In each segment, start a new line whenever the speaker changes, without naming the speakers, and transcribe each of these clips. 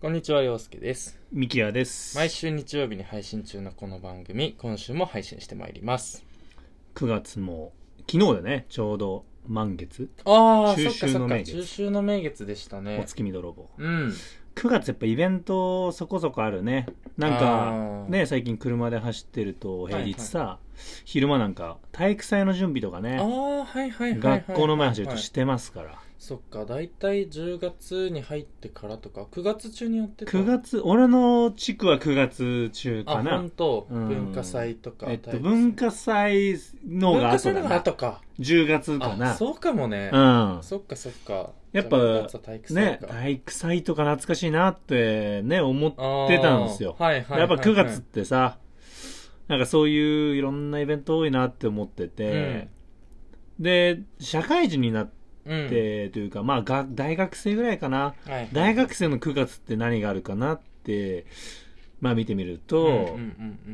こんにちは、陽介です。
ミキヤです。
毎週日曜日に配信中のこの番組、今週も配信してまいります。
9月も、昨日でね、ちょうど満月、
ああ、
中
そっか
秋
そ
の
っか、
名月
中秋の名月でした
お
ね。
月見泥棒。
うん。
9月やっぱイベントそこそこあるね。なん
あ
か
ー、
ね、最近車で走ってると平日さ、
は
昼間なんか体育祭の準備とか
あ
ね、
あ、はいはいはいはい、
学校の前走ると
はい
してますから。
そっか、だいたい10月に入ってからとか、9月中にやってた。
9月、俺の地区は9月中
あ、
か
ほ。
なん
と、
うん
文化祭とか。
えっと、
体育祭
文化祭の
文
が
化
後
祭
だ
のが
な。
後か。
10月か
あ、
な。
そうかもね。
うん。
そっかそっか。
やっぱ
じゃあ9月は体育祭
ね、
か。
体育祭とか懐かしいなってね、思っ
あー
てたんですよ
はいはいはいはい。
やっぱ9月ってさ、なんかそういういろんなイベント多いなって思ってて、で、社会人になっ
うん、
てというか、まあが大学生ぐらいかな。
はいはい
大学生の9月って何があるかなって、まあ見てみる
うん
と、
うんうんう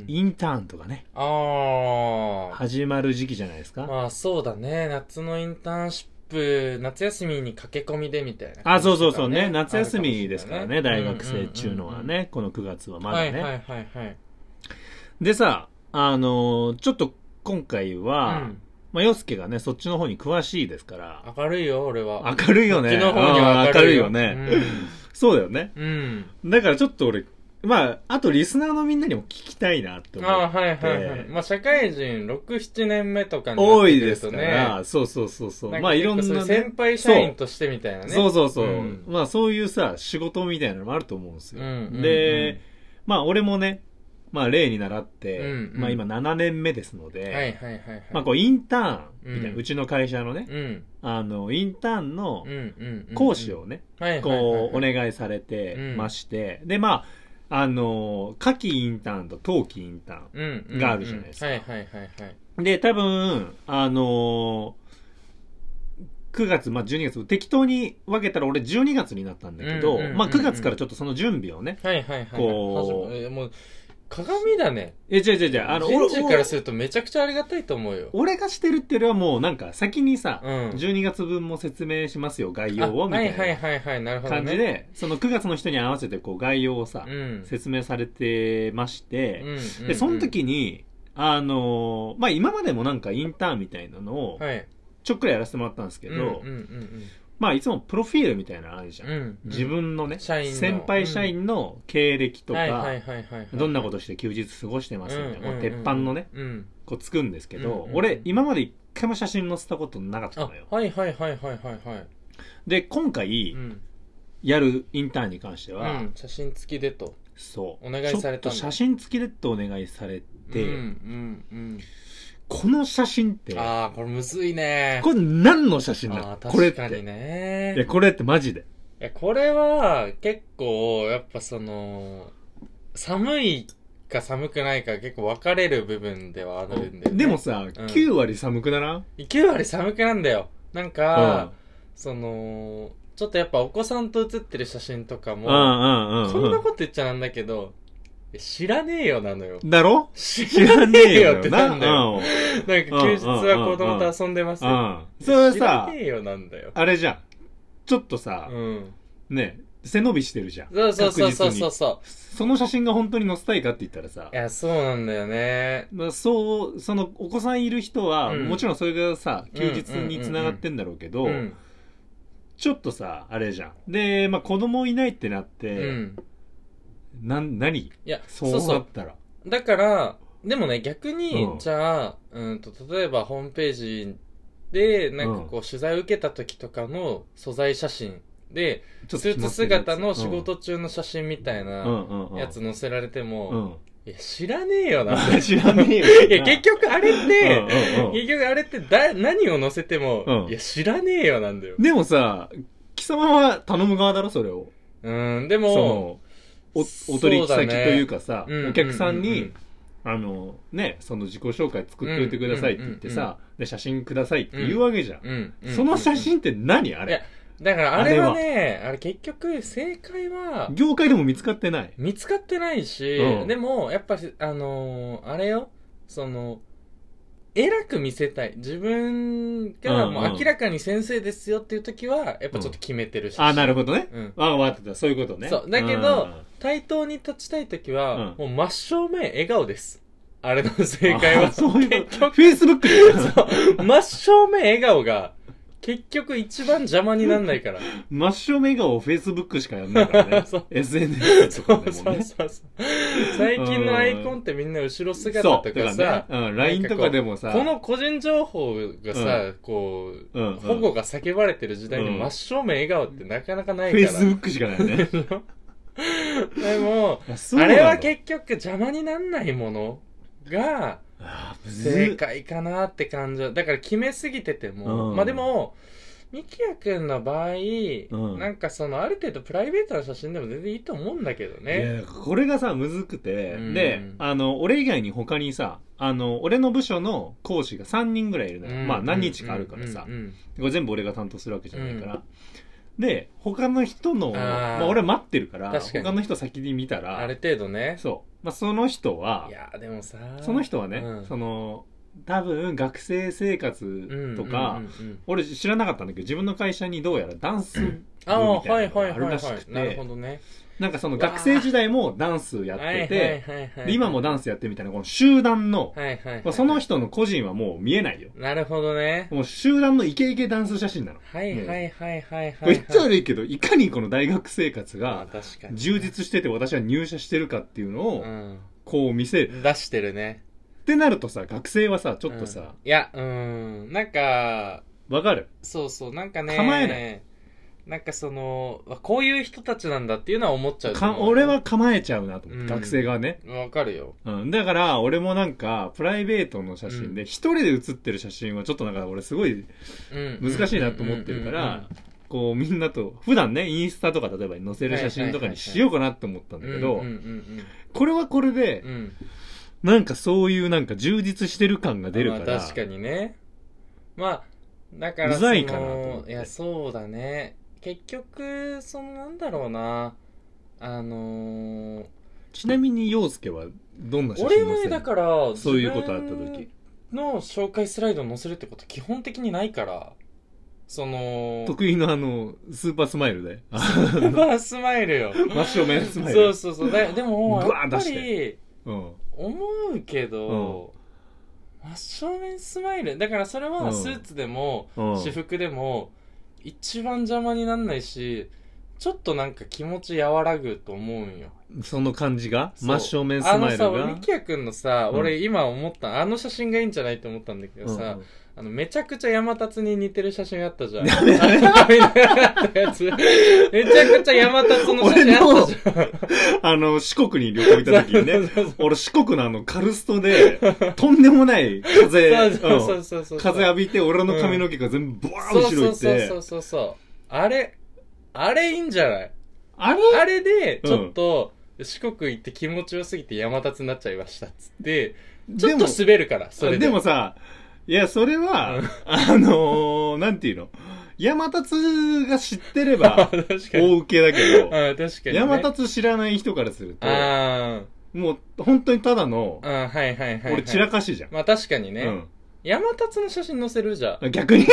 ん、
インターンとかね、
ああ、
始まる時期じゃないですか。
まあそうだね、夏のインターンシップ、夏休みに駆け込みでみたいな、
あ、そうそうそうね。夏休みですからね、大学生中の
う
はね、
んうんうん
この9月は
う
ま
ん
だ
は
ね。
いはいはいはい。
でさ、あのーちょっと今回は、
うん
まあ、洋介がね、そっちの方に詳しいですから、
明るいよ、俺は。
明るいよね。
うちの方には
うん
明
明
る
る
い
い
よ
よね。そうだよね。
うん。うん。
だからちょっと俺、まあ、あとリスナーのみんなにも聞きたいなって思
ああ、
う。
はいはいはい。
で
まあ社会人6、7年目とかになっ
多
て
い
く
で
る
す
と
か
ね。
ら、そうそうそうそう。
なん
ま
か
あ、い
結
ろん
構そういう
なね、
先輩社員としてみたいなね。
そうそうそう。
うん
まあ、そういうさ、仕事みたいなのもあると思うんですよ。
うんうんうん
で、まあ、俺もね、まあ、例に倣って、
うんうん
まあ、今7年目ですので、
はいはいはいはい。
まあ、こう、インターンみたいな、
う
うんちの会社のね、
うん。
あの、インターンの
うんうんうん。
講師をね、
はいはいはいはい、
こう、お願いされてまして、で、まあ、あの、夏季インターンと冬季インター
うんうんうん
があるじゃないですか
はいはいはいはい。
ン。で、多分、あの、9月、まあ、12月、適当に分けたら俺12月になったんだけ
う
ど、
んうんうんうん
まあ、9月からちょっとその準備をね、
はいはいはいはい。
こ
始
う
まえもう、鏡だね。
え、違う違う違う、あの、
人事から
俺
するとめちゃくちゃありがたいと思うよ。
俺がしてるっていうよりはもうなんか先にさ、
うん
12月分も説明しますよ、概要を、
あ
みた
はいはい
い
はいはい、なるほ
な
どね。
感じで、その9月の人に合わせてこう概要をさ、
うん。
説明されてまして、
うんうん
で、その、時に、あのーまあ、今までもなんかインターンみたいなのを
うん、はい。
ちょっくらいやらせてもらったんですけど、
うんうんうん
まあ、いつもプロフィールみたいなのあるじゃ。
うんん。うん
自分のね、
社員の
先輩社員の経歴と
はいはい
か、
はいはい。
どんな
こ
ことして休日過ごしてますみたいな、こう鉄板のね、。
うん。
こうつくんですけ
うん
ど
う、ん
俺、今まで一回も写真載せたことなかった
あ
のよ、。
はいはいはいはいはいはい。
で、今回
う、ん。
やるインターンに関して
う
は、
ん。写真付きでと。
そう。
お願いされたんだ
ちょっと写真付きでってお願いされて、
うんうん
この写真っ
う
て
ん。、ああ、これむずいね。
これ何の写真な
あ
の
あ、
これっ
確か
て
に。ね。
いや、これってマジで。
いや、これは、結構、やっぱその、寒いか寒くないか結構分かれる部分ではあるんだよね。
でも、さ、9割寒くならん
9割寒くなんだよ。なんか、
うん
その、ちょっとやっぱお子さんと写ってる写真とか
う
も、
んうんうん。
こんなこと言っちゃなんだけど、知らねえよなのよ。
だろ
知
知らね えよ
って
な。
なんだよ。なんか休日は子供と遊んでます
う
よ。
ん。それは
知ら
さ
ね、えよなんだよ。
あれじゃん。ちょっとさ
う、ん。
ね、背伸びしてるじゃん。
そうそうそうそう
確
そう
実に
そう。
その写真が本当に載せたいかって言ったらさ
い、や、そうなんだよね。
まあそう、そのお子さんいる人は、
うん
もちろんそれがさ、休日につながってんだろうけど
う、ん。
ちょっとさ、あれじゃん。で、まあ子供いないってなっ
う
て、
ん。
な、何
いや、そ
そうう
そ
な
う
っ。たら。
だから、でもね、逆に、
うん
じゃあ、うんと、例えばホームページで、なんかこう、取材受けた時とかの素材写真で、ス
ちょっと
ー
決ま
ツ
ってるやつ
姿の仕事中の写真みたい
うんう
なん
うん
やつ載せられて
う
も、
ん。
いや、知らねえよな。
あ知らねえよ。
いや、結局あれって、
うんうんうん
結局あれってだ、何を載せても
う、ん
いや、知らねえよなんだよ。
でもさ、貴様は頼む側だろ、それを。
うん、で
そ
も、
の、お、
そう
お取引
だね
先というかさ、
うん
お客さん
うんうんうん
に、あの、ね、その自己紹介作っといてくださいって言って
うんうん
さ、で、写真くださいって言うわけじゃん。
うん。うん
その写真って何あ
いや
れ
だからあれはね、あれ結局正解は
業界でも見つかってない。
見つかってないし、
うん
でもやっぱし、あのーあれよ、その、偉く見せたい。自分がも
うんうん
う明らかに先生ですよっていう時は、やっぱちょっと決めてるし。
あ、なるほどね。
うん。
わ、わかってた。そういうことね。
そう。だけ
う
ど
ん、
対等に立ちたい時は、
う
もう真正面笑顔です。あれの正解は。
あそういう
結
こと。フェイスブックで。
局、真正面笑顔が、結局一番邪魔になんないから。
真正面顔をフェイスブックしかやんないからね
そう。
SNS と
そ
か
う
でも
そう
ね。
そうそう。最近のアイコンってみんな後ろ姿と
だ
からさ
ね、、うん、LINE とかでもさ、
この個人情報がさ、こう、
うんうん
保護が叫ばれてる時代に
うん
真正面笑顔ってなかなかない
フェイ
か
スブックしかない ね。
ら。でも、
あそう
あ
なの
れは結局邪魔になんないものが
あむず
正解かなって感じはだから決めすぎてても、
うん
まあでも、ミキヤくんの場合、
うん
なんかその、ある程度プライベートな写真でも全然いいと思うんだけど
いや
ね。
だからこれがさむずくて、
うん
であの俺以外に他にさあの俺の部署の講師が3人ぐらいいるのよ、
うん
まあ何日かあるからさ、
うんうん
これ全部俺が担当するわけじゃないから、で他の人の
あー
まあ、俺は待ってるから
確かに
他の人先に見た
うんあ
ら
る程度ね。
そう、まあ、その人はい
やーでもさ
その人はね、
うん
その多分学生生活とか、
うんうんうんうん
俺知らなかったんだけど自分の会社にどうやらダンス部みた
あ
い
あ、
な
はい
の
はい
があ
はい
る
は
らしく
い。なる
て
ほどね。
なんかその学生時代もダンスやってて、
はいはいはいは
で
い、
今もダンスやってるみたいな、この集団の、
はいはいはい、
まあその人の個人はもう見えないよ。
なるほどね。
もう集団のイケイケダンス写真なの。
はいはいはいはい
こ
はい、は
れ
い。
言っちゃ悪いけど、いかにこの大学生活
まあ
が
確かに。
充実してて私は入社してるかっていうの
う
を、
ん。
こう見せる。
出してるね。
ってなるとさ、学生はさ、ちょっとさ、
うんいや、うん。なんか、
わかる
そうそう、なんかね。
構え
ない。なんかその、わこういう人たちなんだっていうのは思っちゃうと
か
思う
俺。は構えちゃうなと思っ
う
て、
ん
学生がね。
わかるよ。
うん。だから、俺もなんか、プライベートの写真で、一人で写ってる写真はちょっとなんか俺すご
う
い
ん。
難しいなと思ってるから、こうみんなと、普段ね、インスタとか例えば載せる写真とかにしようかなって思ったん
うんうんう
だ
んうん、
けど
うんう、ん
これはこれで
うん。う、ん。
なんかそういうなんか充実してる感が出るか
まあ
ら、
確かにねまあだから
う
そ
ざ
の
いかなと思って
いやそうだね結局そのなんだろうなあのー
ちなみに洋介はどんな写
俺
真
は
載
ね
せ
だ
る
から
そういうことあった時
自分の紹介スライドを載せるってこと基本的にないからその
得意のあの、スーパースマイルで。
スーパースマイル よ
真っ白めのスマイル。
そうそうそうだでも
ぐわ
や
ー
っぱ
出して
り
うん。
思うけど、真正面スマイルだからそれ
う
は
ん
スーツでも、
うん。
私服でも一番邪魔になんないしちょっとなんか気持ち和らぐと思うんよ
その感じが
そう
真正面スマイルが。
あのさ俺ミキヤ君のさ、
うん
俺今思ったあの写真がいいんじゃないと思ったんだけどさ、
うん
あのめちゃくちゃ山立に似てる写真あったじゃんあの髪の毛あったやつめちゃくちゃ山立の写真あったじゃん
あの、四国に旅行行った時にね、
そうそう
俺四国のあの、カルストで、とんでもない風、
そうそううんそうそうそう
風浴びて、俺の髪の毛が全部ブワーン後ろ行っ
そうそう
て
そ、うそうそうあれあれいいんじゃない
あれ
あれで、ちょっと、四国行って気持ちよすぎて山立になっちゃいましたっつって、ち
で
ょっと
も、
滑るから、それで。
でもさ、いや、それは、
うん
あのー、なんていうの山立が知ってれば、
確 かに。
大受けだけど、
うん、確かに、ね。
山立知らない人からすると、
あ
もう、本当にただの
あ、、うん、はいはいはい、はい。
俺散らかしじゃん。
まあ確かにね。
うん
山立の写真載せるじゃん。
逆に。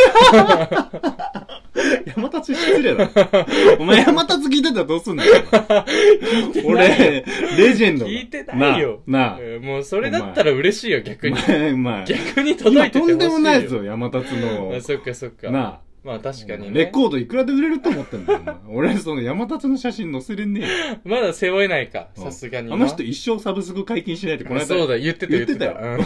山立失礼だ。お前山立聞いてたらどうすんだよ。 俺、レジェンドだ。
聞いてないよ
なあな あ。
うんもうそれだったら嬉しいよ、逆
お
に。
前、お前。
逆に届
今
いてて
と
ほしいよ。
んでもないやつよ、山立の
あ。そっかそっか。
なあ。
まあ確かにね。
レコードいくらで売れると思ってんだよ、お前俺、その山立の写真載せれねえよ
まだ背負えないか、
うん
さすがにな。
あの人一生サブスク解禁しないって、この間。
そうだ、言ってた
言
言
っ
ってて
た
た。
よ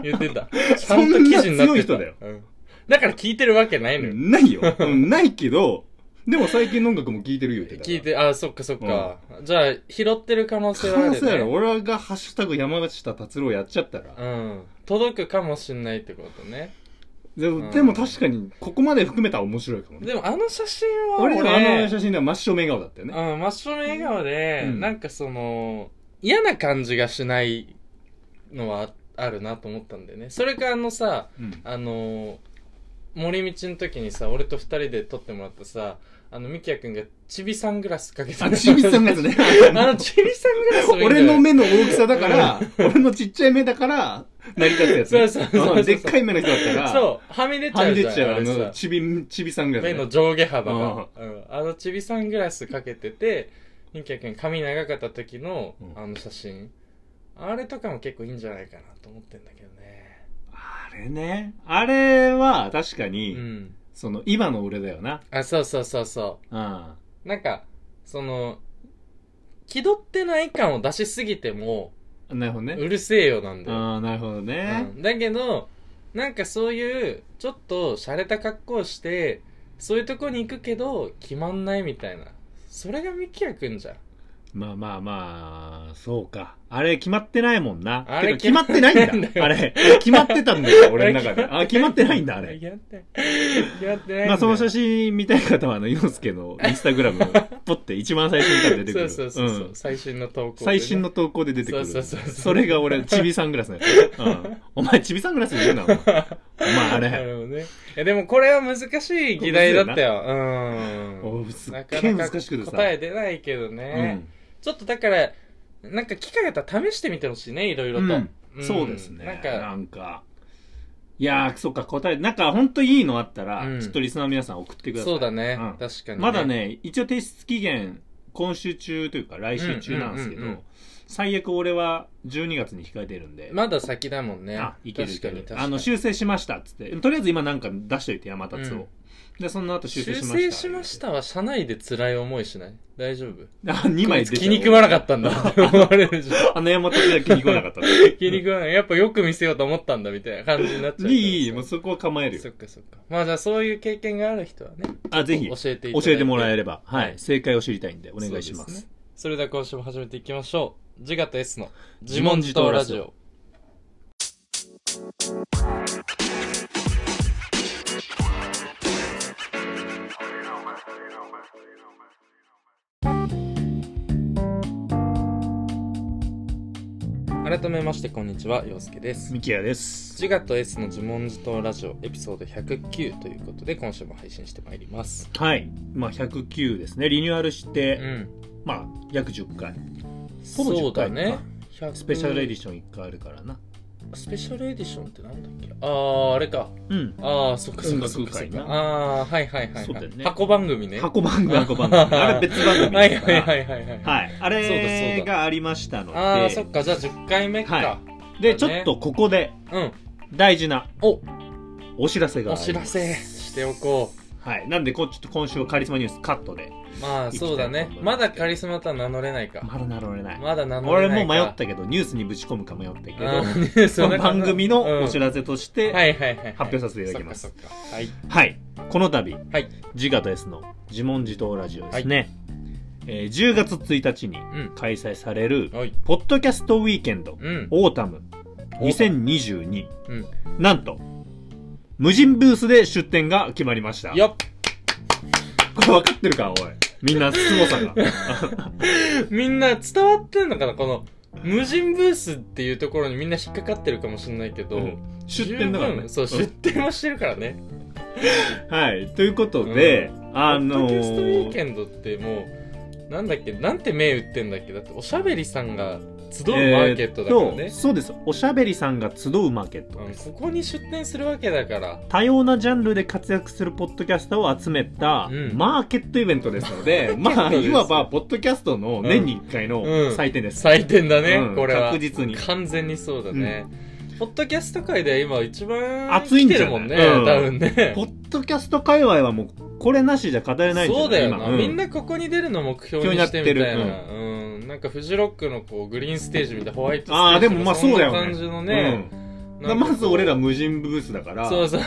うん言ってた。ちゃ
そん
んと
な
記事になってた。
強い人だよ
うん。だから聞いてるわけないのよ。
な いよ。うんないけど、でも最近の音楽も聴いてるよって言ってたか
聞いて、
ら
あ、そっかそっか。じゃあ、拾ってる可能性はある、
可能
ね。
性やろ。俺がハッシュタグ山下達郎やっちゃったら。
うん。届くかもしんないってことね。
で
う
も、
ん
でも確かに、ここまで含めたら面白いかもね。
でもあの写真は
俺
俺、
でもあの写真では真正面顔だったよね。
うん、真正面笑顔で、
うん
なんかその、嫌な感じがしないのはあるなと思ったんだよね。それかあのさ、
うん。
あのー森道の時にさ俺と二人で撮ってもらったさあのミキヤ君がチビサングラスかけて
あの、清水さんのやつ ね。
あのチビサングラスもいいんだよ
俺の目の大きさだから、俺のちっちゃい目だから、成り立つやつね。
そうそうそうそうん
でっかい目の人だったら、
そう、はみ出ち
は
ゃう
み
じ
出
ゃん。
ちゃう、あ
れさ
の、ちび、ちびさんが、
目の上下幅が、うん、あのチビサングラスかけててミキヤ君髪長かった時の
うん
あの写真、あれとかも結構いいんじゃないかなと思ってんだけどね
あれね。あれは、確か
う
に、
ん
その、今の俺だよな。
あそうそうそうそ
うん。
うなんかその気取ってない感を出しすぎても
なるほどね。
うるせえよなんだよ、
ああ、なるほどね。
うんだけどなんかそういうちょっと洒落た格好をしてそういうとこに行くけど決まんないみたいなそれがミキヤ君じゃん
まあまあまあ、そうか。あれ決まってないもんな。
あれ
てか決まってない
決まってなんいんだ
だ。
よ
あれ。決まってたんだよ、俺の中 で。あ、決まってないんだ、あれ。
決まってない。決まってないんだよ。
まあその写真見たい方は、あの、ゆうすけのインスタグラム、 ポって一番最初に多分出てくる。
そうそうそうそう、
ん
最新の投稿でね、
最新の投稿で出てくる。
そうそうそうそう
それが俺、チビサングラスのや つ。うん。お前、チビサングラス言うな、お前。お前、あ
な
れ。
るほどね。え、でもこれは難しい議題だったよ。うん。
おす
な
っ
か
げえ
な
難
か
しくてさ。
答え出ないけどね。ちょっとだから、なんか機会があったら試してみてほしいね、いろいろ
う
と。
ん。
ん
そうですね。
なん
な
か、
んかいやー、そっか、答え、なんか、本当いいのあったら、
うん
ちょっとリスナーの皆さん送ってください。
そうだね、
うん
確かに、
まだ。ね、一応提出期限、今週中というか来週中なんですけど、
うんうんうんうん
最悪俺は12月に控えてるんで、
まだ先だもんね。
あ、いけるいけ
確かに
る
確。かに。
あの、修正しましたっつって、とりあえず今なんか出しといて、山立を、
うん
で、その後修
修
正しました。
正しましたは、社内で辛い思いしない大丈夫
あ、2枚出ちゃう
気に食わなかったんだって思われるじゃん。
あの山立は気に食わなかった。
気に食わない。やっぱよく見せようと思ったんだみたいな感じになっちゃうから。
いい、いい、もうそこは構える
そ
よ。
っかそっか。まあじゃあそういう経験がある人はね、
あ、ぜひ、
教
教
えていただいて。
えてもらえ
る。
れば、は、
はい
正解を知りたいんで、お願いしま
そうですね。それでは今週も始めていきましょう。自我と S の自
自
問
問
自
自
答
答
ラ
ラ
ジ
ジ
オ
オ。
改めましてこんにちは、陽介です。
ミキヤです。
自我と S の自問自答ラジオエピソード109ということで今週も配信してまいります。
はい。まあ、109ですね。リニューアルして、
うん。
まあ、約10回。ほぼ
そうだ
10回か
ね。
スペシャルエディ
シ
ション1回あるからな。
ョン。スペシャルエディションってなんだっけあー、あれか。
うん。
ああ、そっかそっかそっかそっ
音楽会
か。
な
ああ、はいはいはい、はい
そうだよね
箱番組ね。
箱番組、箱番組。あれ別番組
は
で
い
すか
は
ら。
いはいはいはい。
はい。あ
そうだそう
れ
だ
がありましたの
ああ、そっ
で、
か、じゃあ10回目か。
はで、ちょっとここで
うん。
大事な
お、
お知らせがあ
お
ります
知らせしておこ
はい。なんで、こちょっと今週はカリスマニュースカットで。
う。まあ、そうだね
行きたいと思い。ま
ますだカリスマとは名乗れないか。
まだなられない。
まだ名乗れ
俺
ない
も
か。
迷ったけど、ニュースにぶち込むか迷ったけ
あ
ど、
ー。ねそ
こ
んな
の番組のお知
ら
らせとし
せは
て、
いはいはい。
発表させていただきます
そっかそっかはい。
はい。この度、
はい。
自我と S の自問自答ラジオですね。えー10月1日に
うん。
開催される、
おい。
ポッドキャストウィーケンド、
うん。
オータム
お
2022。
うん。
なんと、無人ブースで出店が決まりました。
よっ
これ分かってるか、おい。みんな、凄 さが。
みんな伝わってんのかなこの、無人ブースっていうところにみんな引っかかってるかもしれないけど、
うん出店だから
十
ね。
分そう、出店もしてるからね。
はい。ということで、あ
ポ
の
ッドキャストウィーケ
ー、
ンドってもう、なんだっけ、なんて銘打ってんだっけ、だっておしゃべりさんが集うマーケットだから
えー
ね
っと。そうです。おしゃべりさんが集うマーケット
うん
です。
ここに出店するわけだから。
多様なジャンルで活躍するポッドキャスターを集めた
うん
マーケットイベントですので、まあ、
です
いわばポッドキャストの年に1回の
うん
祭典です。
採点だね、
うん
これは。
確実に
完全にそうだね。ポッドキャスト界では今一番
熱いん
来
じ
て
ゃ
る
ない
もんね、
うん
多分ね。
ポッドキャスト界隈はもう、これなしじゃ語れないんじゃない
そうだよな、
今う
みんなここに出るの目標にしてみたいな
目標になっ
うん、なんかフジロックのこうグリーンステージみたいなホワイトステージ
ああ、でもまあそうだよね。
そんな感じのね、
うん
な
だ
ん
か
からこう
まず俺ら無人ブースだから、
そうそう
レ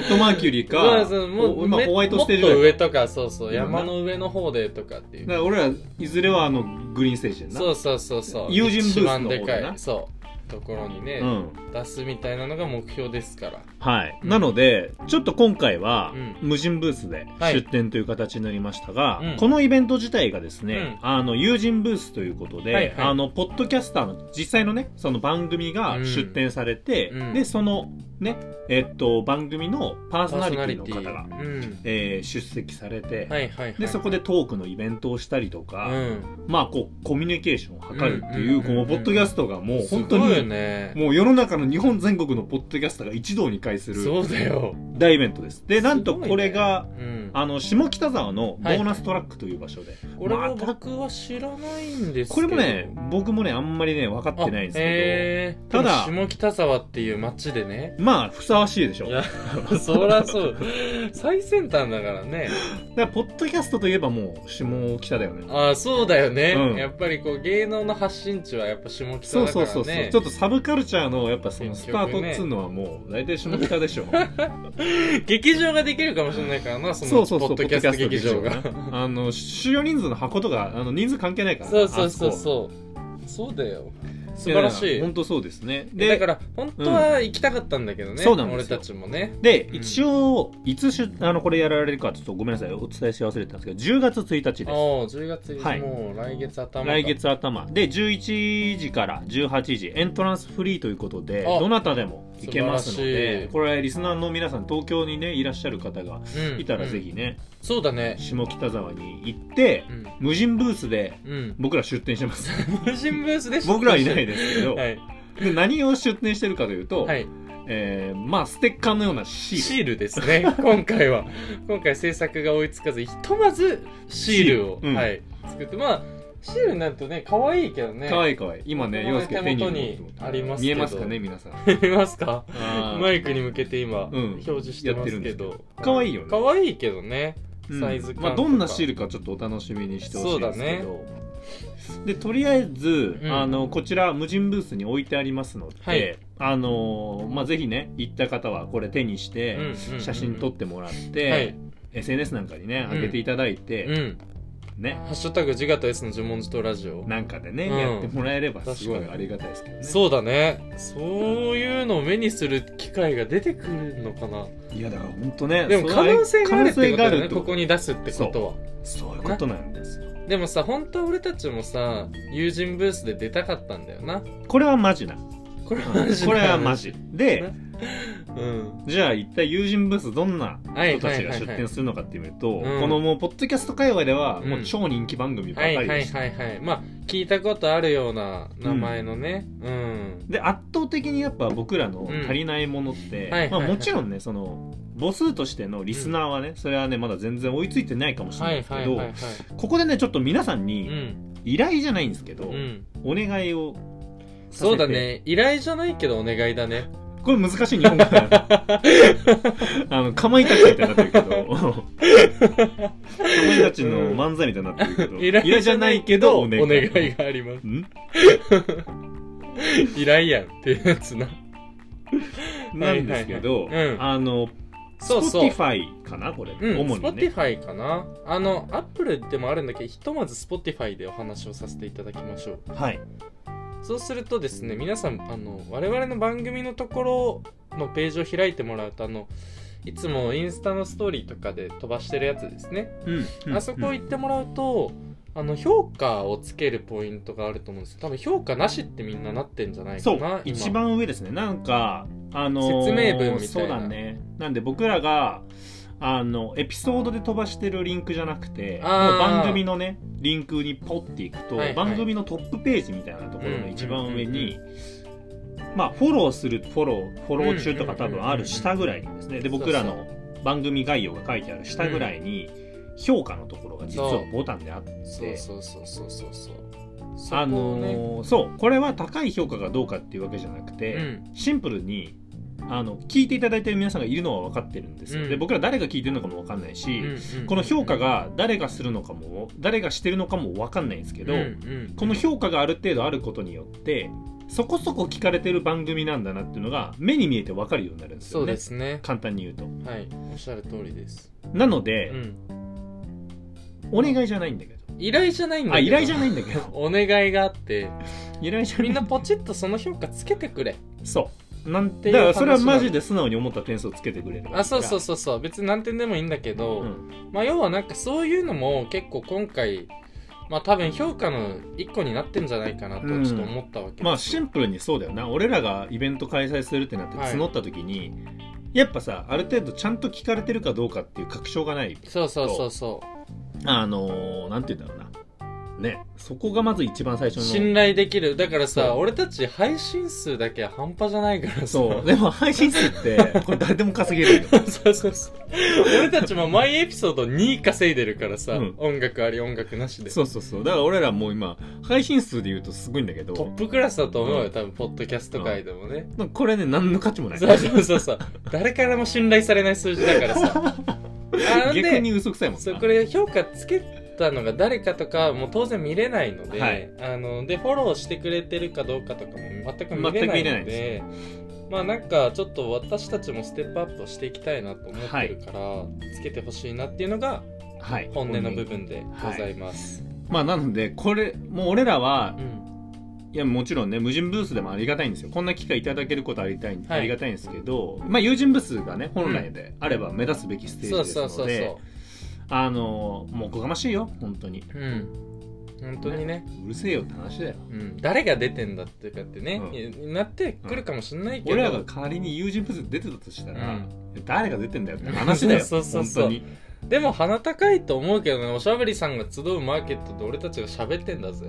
ッドマーキュリーか、
そうそうもう
今
め
ホワイトステージだ
もっ
よ
と上とかそうそう
今な
山の上の方でとかってい
だか
う
ら俺ら、いずれはあの、グリーンステージやんな。
そうそうそうそう
友人ブースの
一
方
番で
だ
かい
な
そうところにね、
うん。
出すみたいなのが目標ですから
はい。
うん
なので、ちょっと今回は
うん、
無人ブースで
はい
出店という形になりましたが、
うん
このイベント自体がです
う
ね、あの、友人ブースということで、
はいはい
あの、ポッドキャスターの実際のね、その番組が出店されて、
うん
で、そのね、えっと、番組のパーソ
パー
ナ
ソ
リテ
ナリ
ィの
ティ
方が、
うん
えー出席されて、
はいはいはい
でそこでトークのイベントをしたりと
う
か、
ん
まあこうコミュニケーションを図るってい
うんうん
う,、
うんうん
このポッドキャストがもう
す
本当に
ごいよね
もう世の中の日本全国のポッドキャストが一堂に会す
そ
る
うだよ
大イベントです。で、なんと
すごいね
これが、
うん
あの下北沢のボ
はい
ーナストラックという場所で、
これ
まあ
も僕は知らないんですけど
これもね僕もねあんまりね分かってないんですけど、
えー、
た
た
だ
だ下北沢っていう町でね
まあふさわしいでしょ
い
だ
や
か
そらそう最先端だからね
らポッドキャストといえばもう下北だよね
ああそうだよね、
うん
やっぱりこう芸能の発信地はやっぱ下北
そう
だか
そ
ら
う
ね
そうそう、ちょっとサブカルチャーのやっぱそのスタートっつうのはもう大体下北でしょ
劇場ができるかもしれないからな その
そうそうそう
ポッドキャスト劇場
ポッド
が
キャスト劇場があの収容人数の箱とかあの人数関係ないから
そうそうそう
あこ
そうそうだよ素晴らし
や
い
本当そうですね
で
で
だから本当は行きたかったんだけどね、
そうなんですよ
俺たちもね
で、
うん
一応いつしゅあのこれやられるかちょっとごめんなさいお伝えし忘れてたんですけど10月1日
あ
で
あ
す
10月、
はい
もう来月頭だ
来月頭で11時から18時エントランスフリーということで
あ
どなたでも行けますの
素晴ら
で
しい
これリスナーの皆さん東京にねいらっしゃる方が
うん
いたら
うん
ぜひね、
そうだね
下北沢に行って
うん
無人ブースで
うん
僕ら出店してます
無人ブースでした
僕らはいないですけど、
はい、
で何を出店してるかというと、
はい、
えーまあステッカーのようなシール
シールです ね今回は今回制作が追いつかずひとまずシールを
シールうん
はい、作ってまあシールになるとね可愛いけどね
かわいいかわいい今ね
僕の
洋介手
手
に
元
持っ
に
て
あります
見
け
え
ど
ますかね 皆さん
いますか
あー
マイクに向けて今、
うん
表示してますけど
やってるんですけど可愛いよね
可愛いけどねサイズ感
まあ、
と
ど
か
んなシールかちょっとお楽しみにしてほしいんですけど、でとりあえず、
うん
あのこちら無人ブースに置いてありますので、
はい
あのまあ、ぜひね行った方はこれ手にし
うんうん
て
うん
写真撮ってもらって、
はい、
SNS なんかにね
うん
上げていただいて、
うん
ね
ハッシュタグ自我と S の呪文字とラジオ。
なんかでね、
うん
やってもらえればすご
確
い
か
ありがたいですけどね
そうだね。そういうのを目にする機会が出てくるのかな。
いやだから本当ね
でも
そ
可
う
能性があるってことだよ
可能性があ
ね。
る
ここに出すってことは。
そういうことなんですよ
でもさ、本当は俺たちもさ、友人ブースで出たかったんだよな。
これはマジな
これはマジだ
これはマ。ジで
ねうん。
じゃあ一体友人ブースどんな
はい
人
は
たち
い
が
はい
出
は
展
い。
するのかっていうと、
うん
このもうポッドキャスト界隈ではもううん超人気番組ば
はい
かり
は
で
い
した、
はいはい。まあ、聞いたことあるような名前のね。うん。
で圧倒的にやっぱ僕らの足りないものって、
うんはいはい
まあ、
はい
もちろんねその母数としてのリスナーはね、それはねまだ全然追いついてないかもしれな
はいい
ですけど、
はいはいはい。
ここでねちょっと皆さん
う
に
ん。
依頼じゃないんですけど、
うん。
お願いをさせて
そうだね。依頼じゃないけどお願いだね。
これ難しい日本 語だなあのかまいたちみたいになってるけどかまいたちの漫才みたいになってるけど、
依頼じゃ ないけど、
依
お
頼じゃな
願
い
い
けど
があります。
ん
依頼やんっていうやつな。
なんですけど、
はいはいはいうん
あの、
そうそう
Spotify かなこれ、
うん、
主にね。
Spotify かなあの、Apple でもあるんだけど、ひとまず Spotify でお話をさせていただきましょう。
はい。
そうするとですね、皆さん、あの、我々の番組のところのページを開いてもらうと、あの、いつもインスタのストーリーとかで飛ばしてるやつですね。
うん
あそこ行ってもらうと、あの、評価をつけるポイントがあると思うんですよ。多分評価なしってみんななってんじゃない
そ
か
う
な、今
一番上ですね。なんか、あのー
説明文みたいな
そうだね。なんで僕らが、あの、エピソードで飛ばしてるリンクじゃなくて、もう
あー
番組のね、リンクにポッていくと、
はいはい
番組のトップページみたいなところの一番上に
う、
まあ、フォローする、フォロー、フォロー中と
うんう
か
ん
多
うんうん
分ある下ぐらいにですね。で、
そうそう
僕らの番組概要が書いてある下ぐらいに、評価のところが実はボタンであって、
そうそうそうそうそうそう。そ
あ
こを
の
ね
ーそう、これは高い評価がどうかっていうわけじゃなくて、
うん
シンプルにあの聞いていただいてる皆さんがいるのは分かってるんですよ、
うん
で僕ら誰が聞いてるのかも分かんないし、
うんうん
この評価が誰がするのかも誰がしてるのかも分かんないんですけど、
うんうん
この評価がある程度あることによってそこそこ聞かれてる番組なんだなっていうのが目に見えて分かるようになるんです
そ
よ
う
ね
ですね
簡単に言うと
はいおっしゃる通りです、
なので、
うん、
お願いじゃないんだけど
依頼じゃないんだ
あ依頼じゃ
い
ないんだけど
お願いがあ って
依頼じゃない
みんなポチッとその評価つけてくれ
そうなん
て
て
いう
だからそれは
話なの
マジで素直に思った点数をつけてくれる
あそうそうそうそう別に何点でもいいんだけど、
うん
まあ要はなんかそういうのも結構今回まあ多分評価の一個になってんじゃないかなと
うん
ちょっと思ったわけです、
まあシンプルにそうだよな俺らがイベント開催するってなって募った時に、やっぱさある程度ちゃんと聞かれてるかどうかっていう確証がない
そうそうそうそう
あのー、なんて言うんだろうなねそこがまず一番最初の
信頼できるだから
そ
さ
う
俺たち配信数だけは半端じゃないからさ
そうでも配信数ってこれ誰でも稼げるよ
そうそうそう俺たちも毎エピソード2稼いでるからさ、
うん
音楽あり音楽なしで
そうそうそうだから俺らもう今配信数で言うとすごいんだけど
トップクラスだと思うよ、
うん
多分ポッドキャスト界でもね、
なんかこれね何の価値もない
そうそうそうそう誰からも信頼されない数字だから さあなん
逆
で
に嘘くさいもんな
そうこれ評価つけたのが誰かとかもう当然見れないので、
はい
あのでフォローしてくれてるかどうかとかも全く見
全
れ
く
な
見
い
れない
の
で
で。まあなんかちょっと私たちもステップアップをしていきたいなと思ってるから、つけてほしいなっていうのが
はい
本音の部分でございます、
まあなのでこれもう俺らは
うん
いやもちろんね無人ブースでもありがたいんですよこんな機会いただけることありたい、
はい
ありがたいんですけどまあ友人ブースがね本来であれば目指すべきステージ
そう
です
そうそ
の
う
で
そ
あのもうおこがましいよ本当に
ううん本当にね、
うるせえよって話だよ
うん、誰が出てんだっていうかってね、なってくるかもしんないけど、
俺らが代わりに友人ブース出てたとしたら、
う
誰が出てんだよって話だよ
そうそうそうそう
本
でも鼻高いと思うけどねおしゃべりさんが集うマーケットで俺たちが喋ってんだ ぜ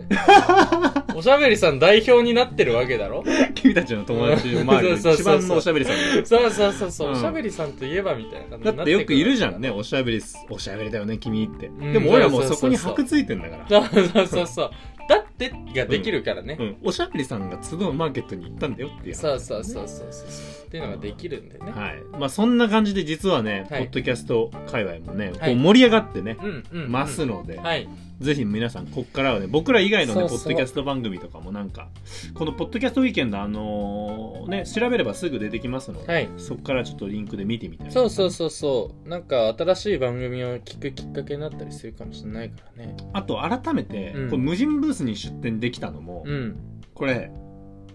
おしゃべりさん代表になってるわけだろ
当に君たちの友 達周りで一番のおしゃべりさんだよ
そうそうそうそう、
うん
おしゃべりさんといえばみたいな
だってよくいるじゃんねおしゃべりすおしゃべりだよね君って、でも
うん
俺らもう
そうそう
そ
そ
こ
う
に
そう
箔ついてんだから
そうそうそうそうだってができるからね、
うん、おしゃべりさんが集うマーケットに行ったんだよっていう話
そうそうそうそうそうっていうのができるんでね、
はいまあ、そんな感じで実はね、
はい
ポッドキャスト界隈もね、
はい
こう盛り上がってね、
うんうん、うん、
ますので、
はい
ぜひ皆さんこっからはね僕ら以外のね
そうそう
ポッドキャスト番組とかもなんかこのポッドキャストウィーケンドあのーね調べればすぐ出てきますので、
はい
そっからちょっとリンクで見てみたい
そうそうそうそうなんか新しい番組を聞くきっかけになったりするかもしれないからね
あと改めて、
うん
これ無人ブースに出店できたのも、
うん
これ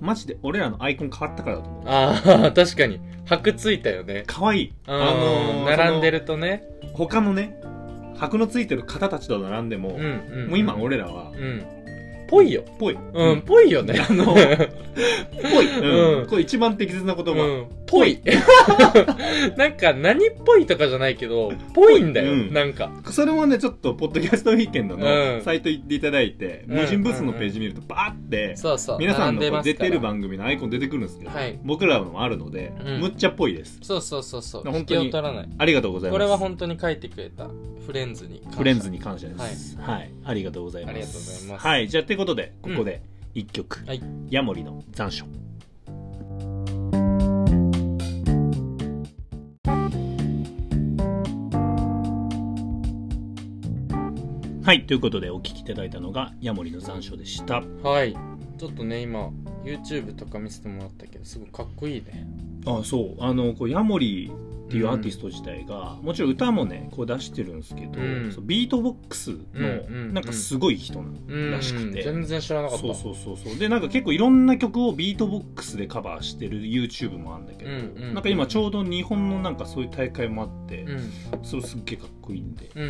マジで俺らのアイコン変わったからだと思う
ああ 確かに箔ついたよね
可愛い
あの
ー
並んで
る
るとね
他のね箔のついてる方たちと並んでも、
うんうんん
もう今俺らは
うんぽいよ
ぽい、
うんぽいよね
あのぽい、
うん
これ一番適切な言葉、
うんぽい なんか何っぽいとかじゃないけどぽいんだよ、
うん
なんか
それもねちょっとポッドキャストウィーケンド
うん
のサイト行っていただいて、
うん
無人ブースのページ見るとバーって、
そうそう
皆さん
並で
の
ま
こう
す
出
から
てる番組のアイコン出てくるんですけど、
はい
僕らのもあるので、
うん
むっちゃっぽいです
そうそうそうそう
本
引
当
け
に
を取らない
ありがとうございます
これは本当に書いてくれたフレンズに感謝
フレンズに感謝ですはい、ありがとうございます
ありがとうございます
はいじゃあってことでここで一曲、
はい
ヤモリの残暑はいということでお聞きいただいたのがヤモリの残暑でした
はいちょっとね今 YouTube とか見せてもらったけどすごいかっこいいね
あそうあのこうヤモリっていうアーティスト自体が、もちろん歌もねこう出してるんですけど、
うん
そうビートボックス
うんうんう
の
ん
なんかすごい人なの、
うん
らしくて
全然知らなかった
そうそうそうそうでなんか結構いろんな曲をビートボックスでカバーしてる YouTube もあるんだけど、
うんうん
なんか今ちょうど日本のなんかそういう大会もあって、
うん
それすっげえかっこいいんで、
うんう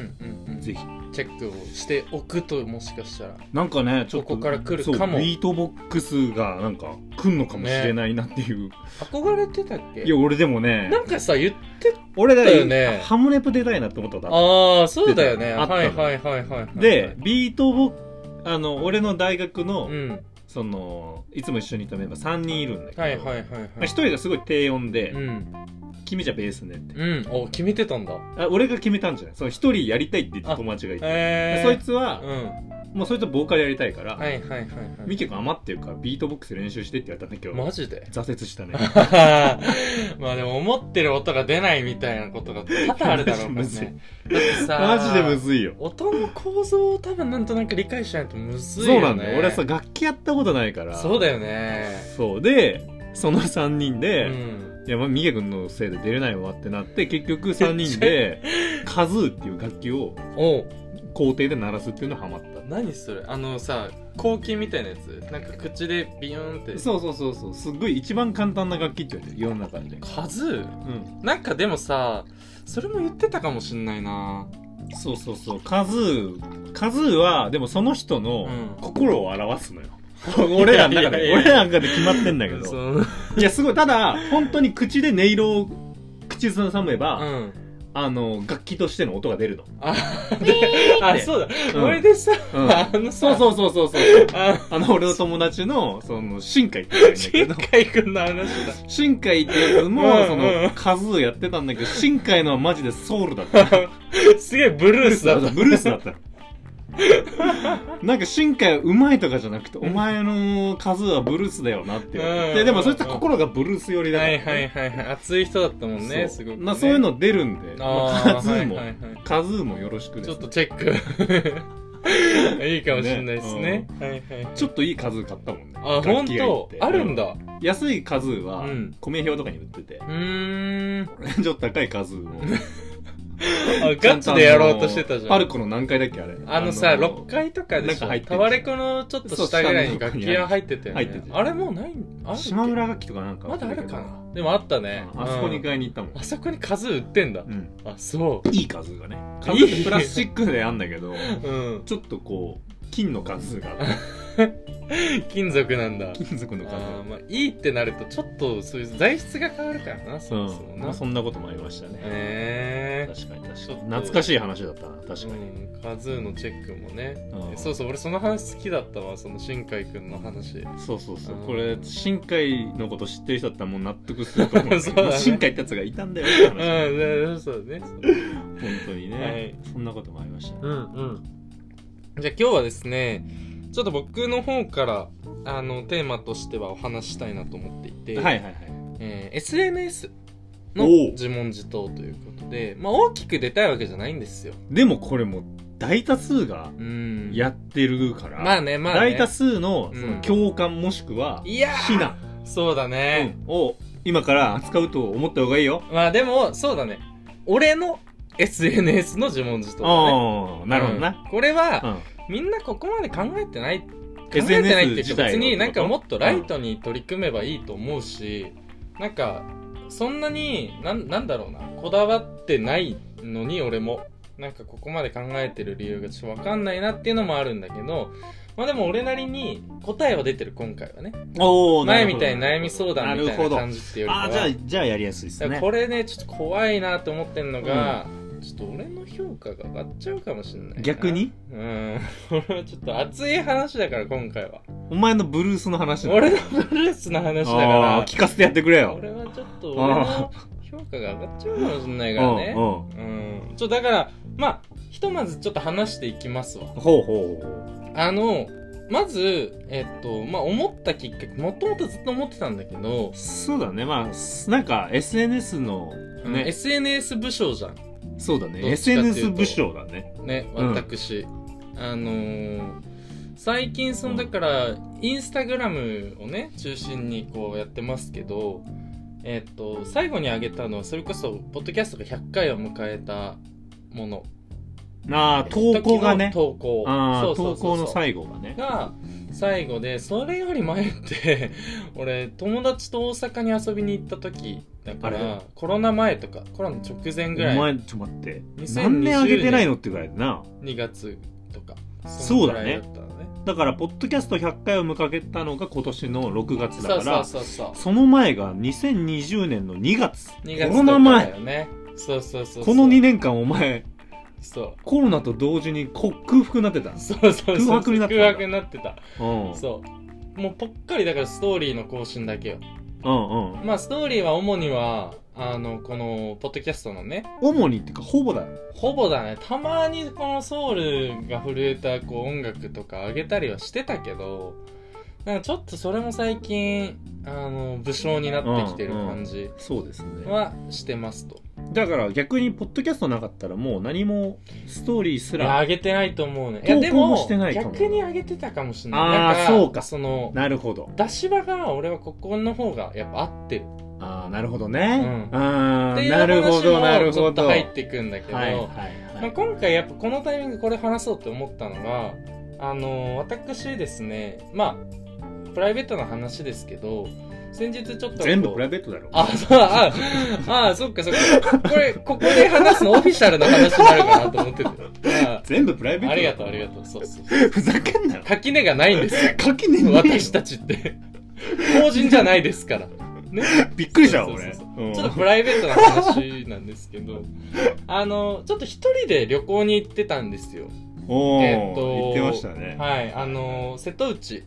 んうん
ぜひ
チェックをしておくともしかしたら
なんかねちょっと
ここから来るかも
そうビートボックスがなんか来んのかもしれないなっていう、
憧れてたっけ
いや俺でもね
なんかさ言って
俺だ
だよね
ハムレプ出たいなって思ったことあっ
ああそうだよね
あったの
はいはいはいはいはい
たでビートボックあの俺の大学の、
うん
そのいつも一緒にいたメンバー3人いるんだけど、
はいはいはいはい
1人がすごい低音で「
うん
君じゃベースね」って
うんお決めてたんだ
あ俺が決めたんじゃないその一人やりたいって言った友達がいて、
へ
で
え
そいつは
う、ん
もうそいつはボーカルやりたいから、
はいはいはいはい
ミケ君余ってるからビートボックス練習してって言われたんだけど、
マジで
挫折したね
まあでも思ってる音が出ないみたいなことが多々あるだ ろうから
マジで
ねだってさ
マジでむずいよ
音の構造を多分なんとなく理解しないとむずいよね
そうなんだよ俺はさ楽器やったことないから
そうだよね
そうでその3人
う
で、
ん
いやまあミケ君のせいで出れないわってなって結局3 人でカズーっていう楽器を
おう
校庭で鳴らすっていうのハマった
何それあのさ抗菌みたいなやつなんか口でビヨーンって
そうそうそうそうすっごい一番簡単な楽器って言われてる世の中で、
数
うん、
なんかでもさそれも言ってたかもしんないな
そうそうそうカズーカズーはでもその人の
うん
心を表すのよ俺らの中
い
で
やいやい
俺
や
らの中で決まってんだけ
そ
ど
の
いやすごいただ本当に口で音色を口ずさめば、
うん
あの楽器としての音が出るの、
あであそうだ
うん
これでさ
うん
あの
そう
う
そうそうそうそう
あ
あの俺の友達のその新海って言うんだけ
新
ど
海君の話だ
新海ってやつ
うんう
も
ん
そのカズーやってたんだけど新海のはマジでソウルだった
すげえブルースだった
ブルースだ ったのなんか新海はうまいとかじゃなくて、お前の数はブルースだよなって言われて
うん
でもそいつは心がブルース寄りだか
は
ら、
いはいはいはい熱い人だったもんね
そう
すごくね
なそういうの出るんで、
あ
まあ
ー
カズーも、
はいはいはい
カズーもよろしくで
ち
すね
ょっとチェッ クいいかもしれないですねはいはいはい
ちょっといい数買ったもんね
あ
楽
本
器がいいっ
当
て
あるんだ
安い数は
うん
米表とかに売ってて
う、ーん
ちょっと高い数も
あ ガッツでやろうとしてたじゃん
パルコの何階だっけあれ
あのさ、6階とかでし
なんか入っ
ょタ
てんじゃん
ワレコのちょっと下ぐらいに楽器屋入ってたよね。
そう下の方に
あれもうないあるっけ
島村楽器とかなんか
まだあるかなでもあったね。
うんあそこに
うん
買いに行ったもん、
あそこに数売ってんだ。
うん
あ、そ
いい数がね
いい
数プラスチックであんだけど
う。うん。
ちょっとこう金の 数があって
金属なんだ。
金属の数
あーまあ、いいってなるとちょっとそういう材質が変わるからな、そもそも
うんま
な
あ。そんなこともありましたね
え
確かに確
ち
か
ょ
に
っと
懐かしい話だったな確か
ー。う
に
ん、カズーのチェックもね、
うん
そうそう俺その話好きだったわその新海くんの話
そうそうそう
うん
これ新海のこと知ってる人だったらもう納得すると思うんだ け
そうだ
ど
ね
新海ってやつがいたんだよって
うん
話
でそうだね
本当にねそんなこともありました
う
ね
んうん。じゃあ今日はですね、ちょっと僕の方からあのテーマとしてはお話したいなと思っていて、
はいはいはい
えー SNS の
おう
自問自答ということで、まあ、大きく出たいわけじゃないんですよ。
でもこれもう大多数が
うん。
やってるから
まあね、まあね。
大多数のそ
うん
の共感もしくはい
や
非難
ーそうだね。
を今から扱うと思った方がいいよ。
まあでも、そうだね。俺の SNS の自問自答だね。
ああ、なるほどな。
うんこれは、
うん。
みんなここまで考えてない考え
SNS
てないっていうか別
自体
に
を
なんかもっとライトに取り組めばいいと思うし、なんかそんなになんなんだろうなこだわってないのに俺もなんかここまで考えてる理由がちょっとわかんないなっていうのもあるんだけどまあでも俺なりに答えは出てる今回はね
おお、
前みたいに悩み相談みた
なる
い
ほ
な
ど。
感じっていうよりかは
ああ、じゃあ、じゃあやりやすいです
だから
ね。
これねちょっと怖いなと思ってんのが、ちょっと俺の評価が上がっちゃうかもしれないな
逆に
うん、 俺はちょっと熱い話だから今回は
お前のブルースの話だ
俺のブルースの話だ
あ
か
あ、聞かせてやってくれ
ら
よ。
俺はちょっと
あ
俺の評価が上がっちゃうかもしれないうか
んう
ら
ん。
ね
ほう
うんちょっとだからまあひとまずちょっと話していきますわ
ほうほ
あのまずえっとまあ思ったきっかけもともとずっと思ってたんだけど
う。、そうだね。まあ、なんか SNS の
うん
ね、
SNS 武将じゃん
そうだね。
どっちかっていうと
SNS 武将だね。
ね
うん
私、あのー最近そのだからインスタグラムをね中心にこうやってますけどえっ、と最後に上げたのはそれこそポッドキャストが100回を迎えたもの
ああ、投稿がね。
投稿
ああ、
そうそうそ
投
うそう
稿の最後がね。
が最後でそれより前って 俺友達と大阪に遊びに行った時だか
あ
ら
れ
コロナ前とかコロナ直前
お
ぐらい
前、ちょっと待って。
2020
何年あげてないのってぐらいだな。
2月とか
そうだね
のぐらいったのね
だからポッドキャスト100回を迎えたのが今年の6月だから
そ
そ
うそうそうそう
の前が2020年の2月
2月
コロナ前
だよねそうそうそうそう
この2年間お前
そう
コロナと同時にこ空腹になってた、
そうそうそう
空白になってたんだ
空白になってた
うん、
そうもうぽっかりだからストーリーの更新だけよ
うんうん
まあストーリーは主にはあのこのポッドキャストのね
主にっていうかほぼだよ
ほぼだねたまにこのソウルが震えたこう音楽とか上げたりはしてたけどなんかちょっとそれも最近あの武将になってきてる感じ
そうですね
はしてますと、
だから逆にポッドキャストなかったらもう何もストーリーす
いや
ら
上げてないと思うね
投稿もしてないかも
逆に上げてたかもしれない
あー
なん
そうか
その
なるほど
出し場が俺はここの方がやっぱ合ってる
ああなるほどね、
う
あ
って
あ
いう
なるほどな
話
る
もちょ
ほ
っと
ど
入ってくんだけど、
はいはい
ま
は
あ、
い
今回やっぱこのタイミングでこれ話そうって思ったのがあの私ですねまあプライベートな話ですけど先日ちょっと
全部
こ
プ
う
ライベートだろ
あ、そう、あ、あ、そっかそっか。これ、ここで話すのオフィシャルな話になるかなと思ってて。あ
全部プライベート
ありがとう、ありが
う
とう。そうそう。
ふざけんなよ
垣根がないんです よ。
書きねえんだよ
私たちって。法人じゃないですから。ね。
びっくりしたわ
そうそう
俺
そう
うん
ちょっとプライベートな話なんですけど、あの、ちょっと一人で旅行に行ってたんですよ。
おー
えっと
言ってましたね
はい。あの、瀬戸内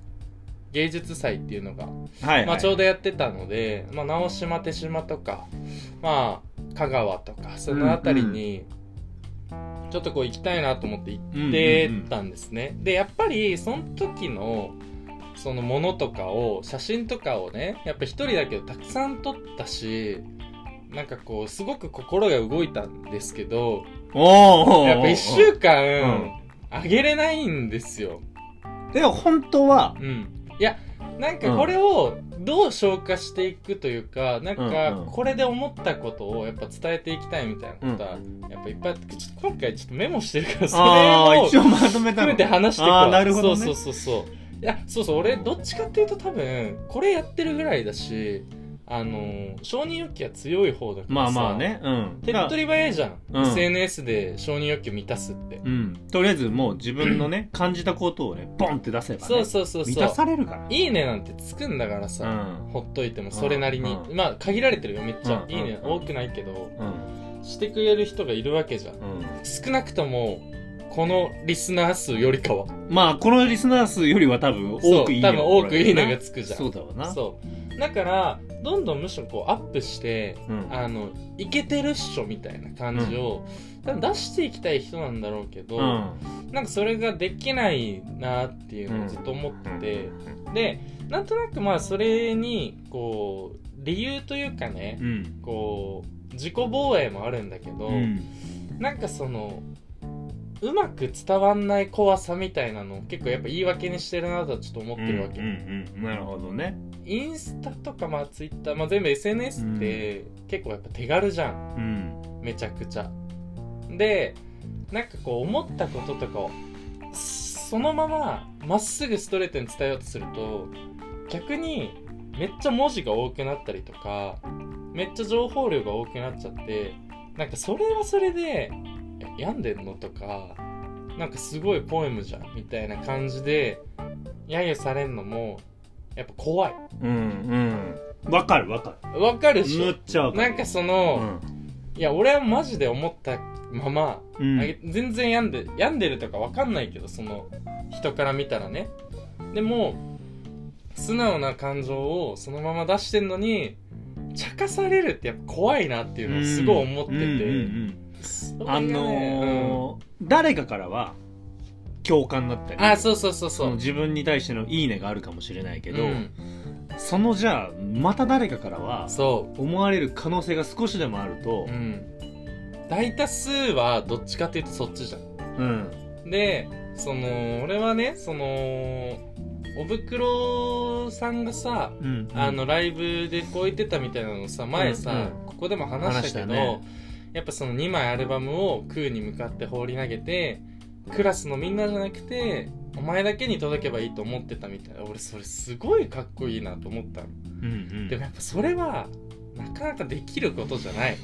芸術祭っていうのが、
はいはい
まあ、ちょうどやってたので、まあ、直島手島とか、まあ、香川とかその辺りにちょっとこう行きたいなと思って行ってたんですね、でやっぱりその時のそのものとかを写真とかをねやっぱ一人だけどたくさん撮ったしなんかこうすごく心が動いたんですけど
おーおーおーおー
やっぱ1週間
ん
あげれないんですよ
でも本当は
うん、いやなんかこれをどう消化していくというか、なん
うん
か
うん
これで思ったことをやっぱ伝えていきたいみたいなことはやっぱいっぱいあってちょっと今回ちょっとメモしてるからそ
ああ一
れを
応まとめ
含
たの
めて話していく
あ
わ
あなるほどね
そうそうそうそういやそうそう俺どっちかっていうと多分これやってるぐらいだしあの承認欲求は強い方だから
まあ
さ
まあねうん
手っ取り早いじゃん、
うん
SNS で承認欲求満たすって、
うんとりあえずもう自分の ね感じたことをねボンって出せばね
そうそうそう
満
そ
た
う
されるから
いいねなんてつくんだからさ、
うん
ほっといてもそれなりに、
うん
まあ限られてるよめっちゃ、
うん
いいね
うん
多くないけど
うん
してくれる人がいるわけじゃん
う
少なくともこのリスナー数よりかは
んまあこのリスナー数よりは多分多くいい
そ
ね
う多分多くいいねがつくじゃん
そうだわな
そうだからどんどんむしろこうアップして
うん
あのイケてるっしょみたいな感じを、多分出していきたい人なんだろうけど、
うん
なんかそれができないなっていうのをずっと思ってて、でなんとなくまあそれにこう理由というかね
う、ん
こう自己防衛もあるんだけど、
うん
なんかそのうまく伝わんない怖さみたいなのを結構やっぱ言い訳にしてるなとはちょっと思ってるわけ、
うんうんうんなるほどね
インスタとかまあツイッター、まあ、全部 SNS って結構やっぱ手軽じゃん
うん
めちゃくちゃでなんかこう思ったこととかをそのまままっすぐストレートに伝えようとすると逆にめっちゃ文字が多くなったりとかめっちゃ情報量が多くなっちゃってなんかそれはそれでえ病んでんのとかなんかすごいポエムじゃんみたいな感じで揶揄されるのもやっぱ怖い
うんうんわかるわか
わかる
る
っし
むっ
ょ
ちゃわか
な
る
んかその、いや俺はマジで思ったまま
うん
あげ全然病んで病んでるとかわかんないけどその人から見たらねでも素直な感情をそのまま出してんのに茶化されるってやっぱ怖いなっていうのをすごい思ってて、
うんうんうんあ
ー
のー誰かからは共感だったり
あそうそうそう
そ
そ
の
う
自分に対しての「いいね」があるかもしれないけど、
うん
そのじゃあまた誰かからは
そ
思われる可能性が少しでもあると
う、うん大多数はどっちかっていうとそっちじゃん
うん
でその俺はねそのおぶくろさんがさ
うん
あのライブでこう言ってたみたいなのさ前さ、
うん
ここでも話したけど
話したね
やっぱその2枚アルバムを空に向かって放り投げてクラスのみんなじゃなくてお前だけに届けばいいと思ってたみたいな俺それすごいかっこいいなと思ったの、
うんうん
でもやっぱそれはなかなかできることじゃない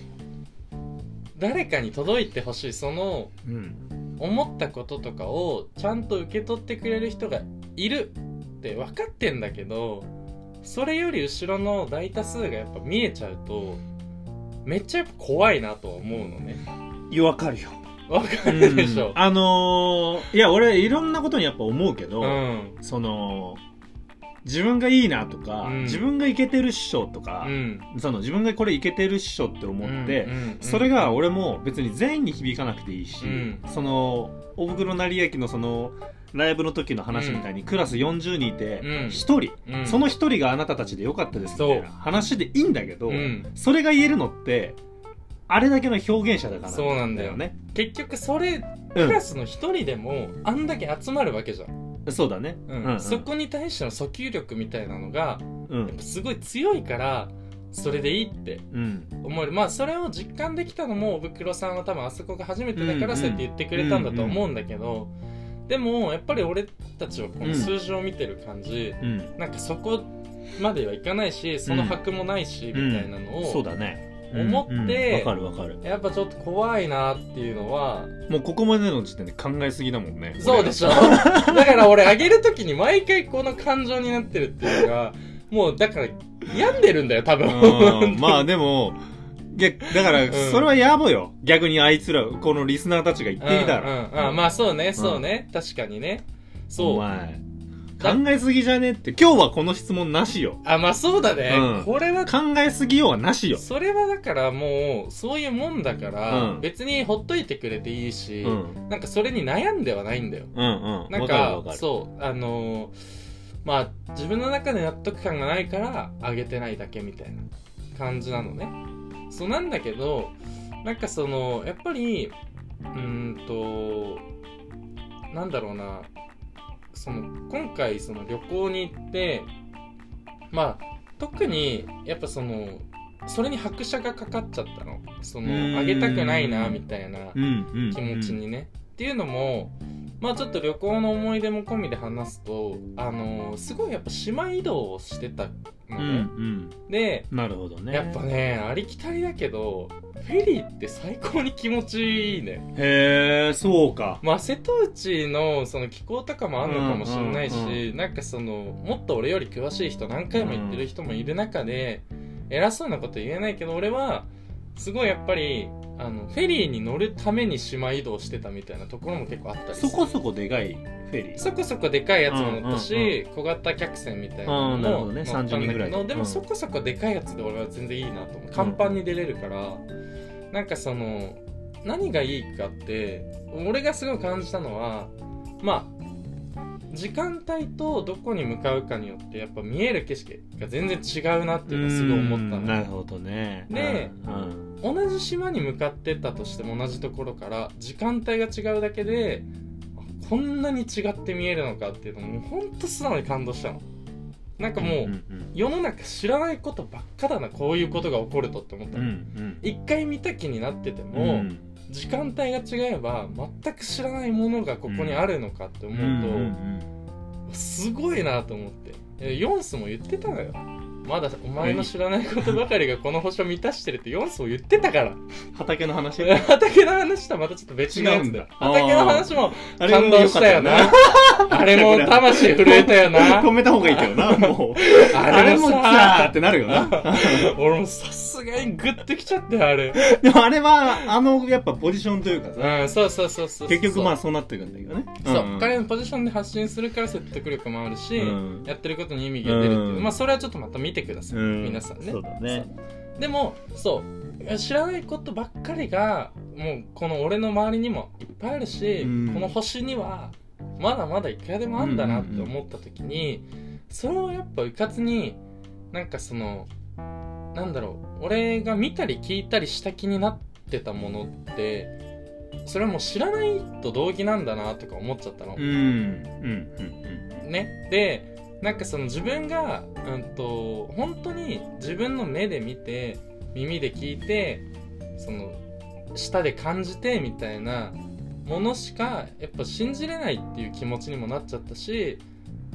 誰かに届いてほしいその
うん
思ったこととかをちゃんと受け取ってくれる人がいるって分かってんだけどそれより後ろの大多数がやっぱ見えちゃうとめっちゃやっぱ怖いなとは思うのね
いやわかるよ
わかるでし
う
ょ
んあのーいや俺いろんなことにやっぱ思うけど、
うん、うん
その自分がいいなとか、
うん
自分がイケてるっしょとか
う、ん、
その自分がこれイケてるっしょって思って、
うん
それが俺も別に全員に響かなくていいし、
うん
その大袋成明のそのライブの時の話みたいに、クラス40人いて
うん
1人、
うん
その1人があなたたちでよかったですみたいな
そ
話でいいんだけど、
うん
それが言えるのってあれだけの表現者だから
そうなんだよ
ね、
結局それ
う
クラスの一人でもあんだけ集まるわけじゃん、
ん、そうだね、
うん
うんうん
そこに対しての訴求力みたいなのが
う
やっ
ん
ぱすごい強いからそれでいいって
うん
思えるまあそれを実感できたのもおぶくろさんは多分あそこが初めてだか
うんう
ら
ん
そうやって言ってくれたんだと思うんだけど、でもやっぱり俺たちはこ
う
の
ん
数字を見てる感じ、
うん
なんかそこまではいかないしその箔もないし、
うん
みたいなの
そう
を
だね
思って
うんうんわかるわかる
やっぱちょっと怖いなっていうのは
もうここまでの時点で考えすぎだもんね
そうでしょ だから俺あげる時に毎回この感情になってるっていうのがもうだから病んでるんだよ多
う
分
んまあでもいやだか
ん
らそれは野暮よ、逆にあいつらこのリスナーたちが言ってみたら、
うんうんあまあそうねそうね、確かにね
お
そう
前考えすぎじゃねって今日はこの質問なしよ
あまあそうだね、
うん
これは
考えすぎようはなしよ、
それはだからもうそういうもんだから、
うん
別にほっといてくれていいし、
うん、うん
なんかそれに悩んではないんだよ
うん
なんか
わかるわかる
そうあのーまあ自分の中で納得感がないからあげてないだけみたいな感じなのねそうなんだけどなんかそのやっぱりうーんとなんだろうなその今回その旅行に行ってまあ特にやっぱそのそれに拍車がかかっちゃったのそう
ーん
のあげたくないなみたいな
うんうんうん
気持ちにね。っていうのも、まあちょっと旅行の思い出も込みで話すと、あのーすごいやっぱ島移動をしてた
うん
の
う
ね。
ん
で、
なるほどね
やっぱね、ありきたりだけど、フェリーって最高に気持ちいいね。
へえそうか
まあ、瀬戸内のその気候とかもあるのかもしれないし、
うんうんう
なんかそのもっと俺より詳しい人何回も言ってる人もいる中で、偉そうなこと言えないけど俺はすごいやっぱりあのフェリーに乗るために島移動してたみたいなところも結構あったりす
そ
る
こそこでかいフェリー
そこそこでかいやつも乗ったし、
うんうん
小型客船みたいなの
うんなるほ
も
ど
乗
ね
ったんだ
30人ぐ
け
らい
ど、
と
で
う
も
ん
そこそこでかいやつで俺は全然いいなと思う甲板に出れるから、なんかその何がいいかって俺がすごい感じたのはまあ時間帯とどこに向かうかによってやっぱ見える景色が全然違うなっていうのはすごい思った
うん
の
なるほどね
で
うん
同じ島に向かってったとしても同じところから時間帯が違うだけであこんなに違って見えるのかっていうのもほんと素直に感動したのなんか
うん
もう、
うん
世の中知らないことばっかだなこういうことが起こるとって思った
うんう
の、
ん
一回見た気になってて
うん
も、
ん
時間帯が違えば全く知らないものがここにあるのかって思うと、
んん
すごいなと思ってえヨンスも言ってたのよまだお前の知らないことばかりがこの星を満たしてるってヨンスも言ってたから
うん畑の 話
畑の話とはまたちょっと別のやつだよ
違うんだ
畑の話も
あれも
感動したよな
良かっ
あれも魂震えたよ な
止めた方がいいけどな、もう。あ
あ
れ
れ
も
も
さーっ
さ
てなる よな。
俺もさすがにグッときちゃってあれ
でもあれは、あの、やっぱポジションというかさ、
うんそうそうそうそう
結局ま
あ
あそうなっていくんだけどね。
そう、
んん
彼のポジションで発信するから説得力もあるし、
うん
やってることに意味が出るっていう、
うん
まあそれはちょっとまた見てください、
うん
皆さんね
そうだね。
そうでもそう知らないことばっかりがもうこの俺の周りにもいっぱいあるし、
うん
この星にはまだまだいくらでもあんだなって思った時に、それをやっぱうかつになんかそのなんだろう俺が見たり聞いたりした気になってたものってそれはもう知らないと同義なんだなとか思っちゃったの。
うん。うん。うん
ね、でなんかその自分が、うん、と本当に自分の目で見て耳で聞いてその舌で感じてみたいなものしかやっぱ信じれないっていう気持ちにもなっちゃったし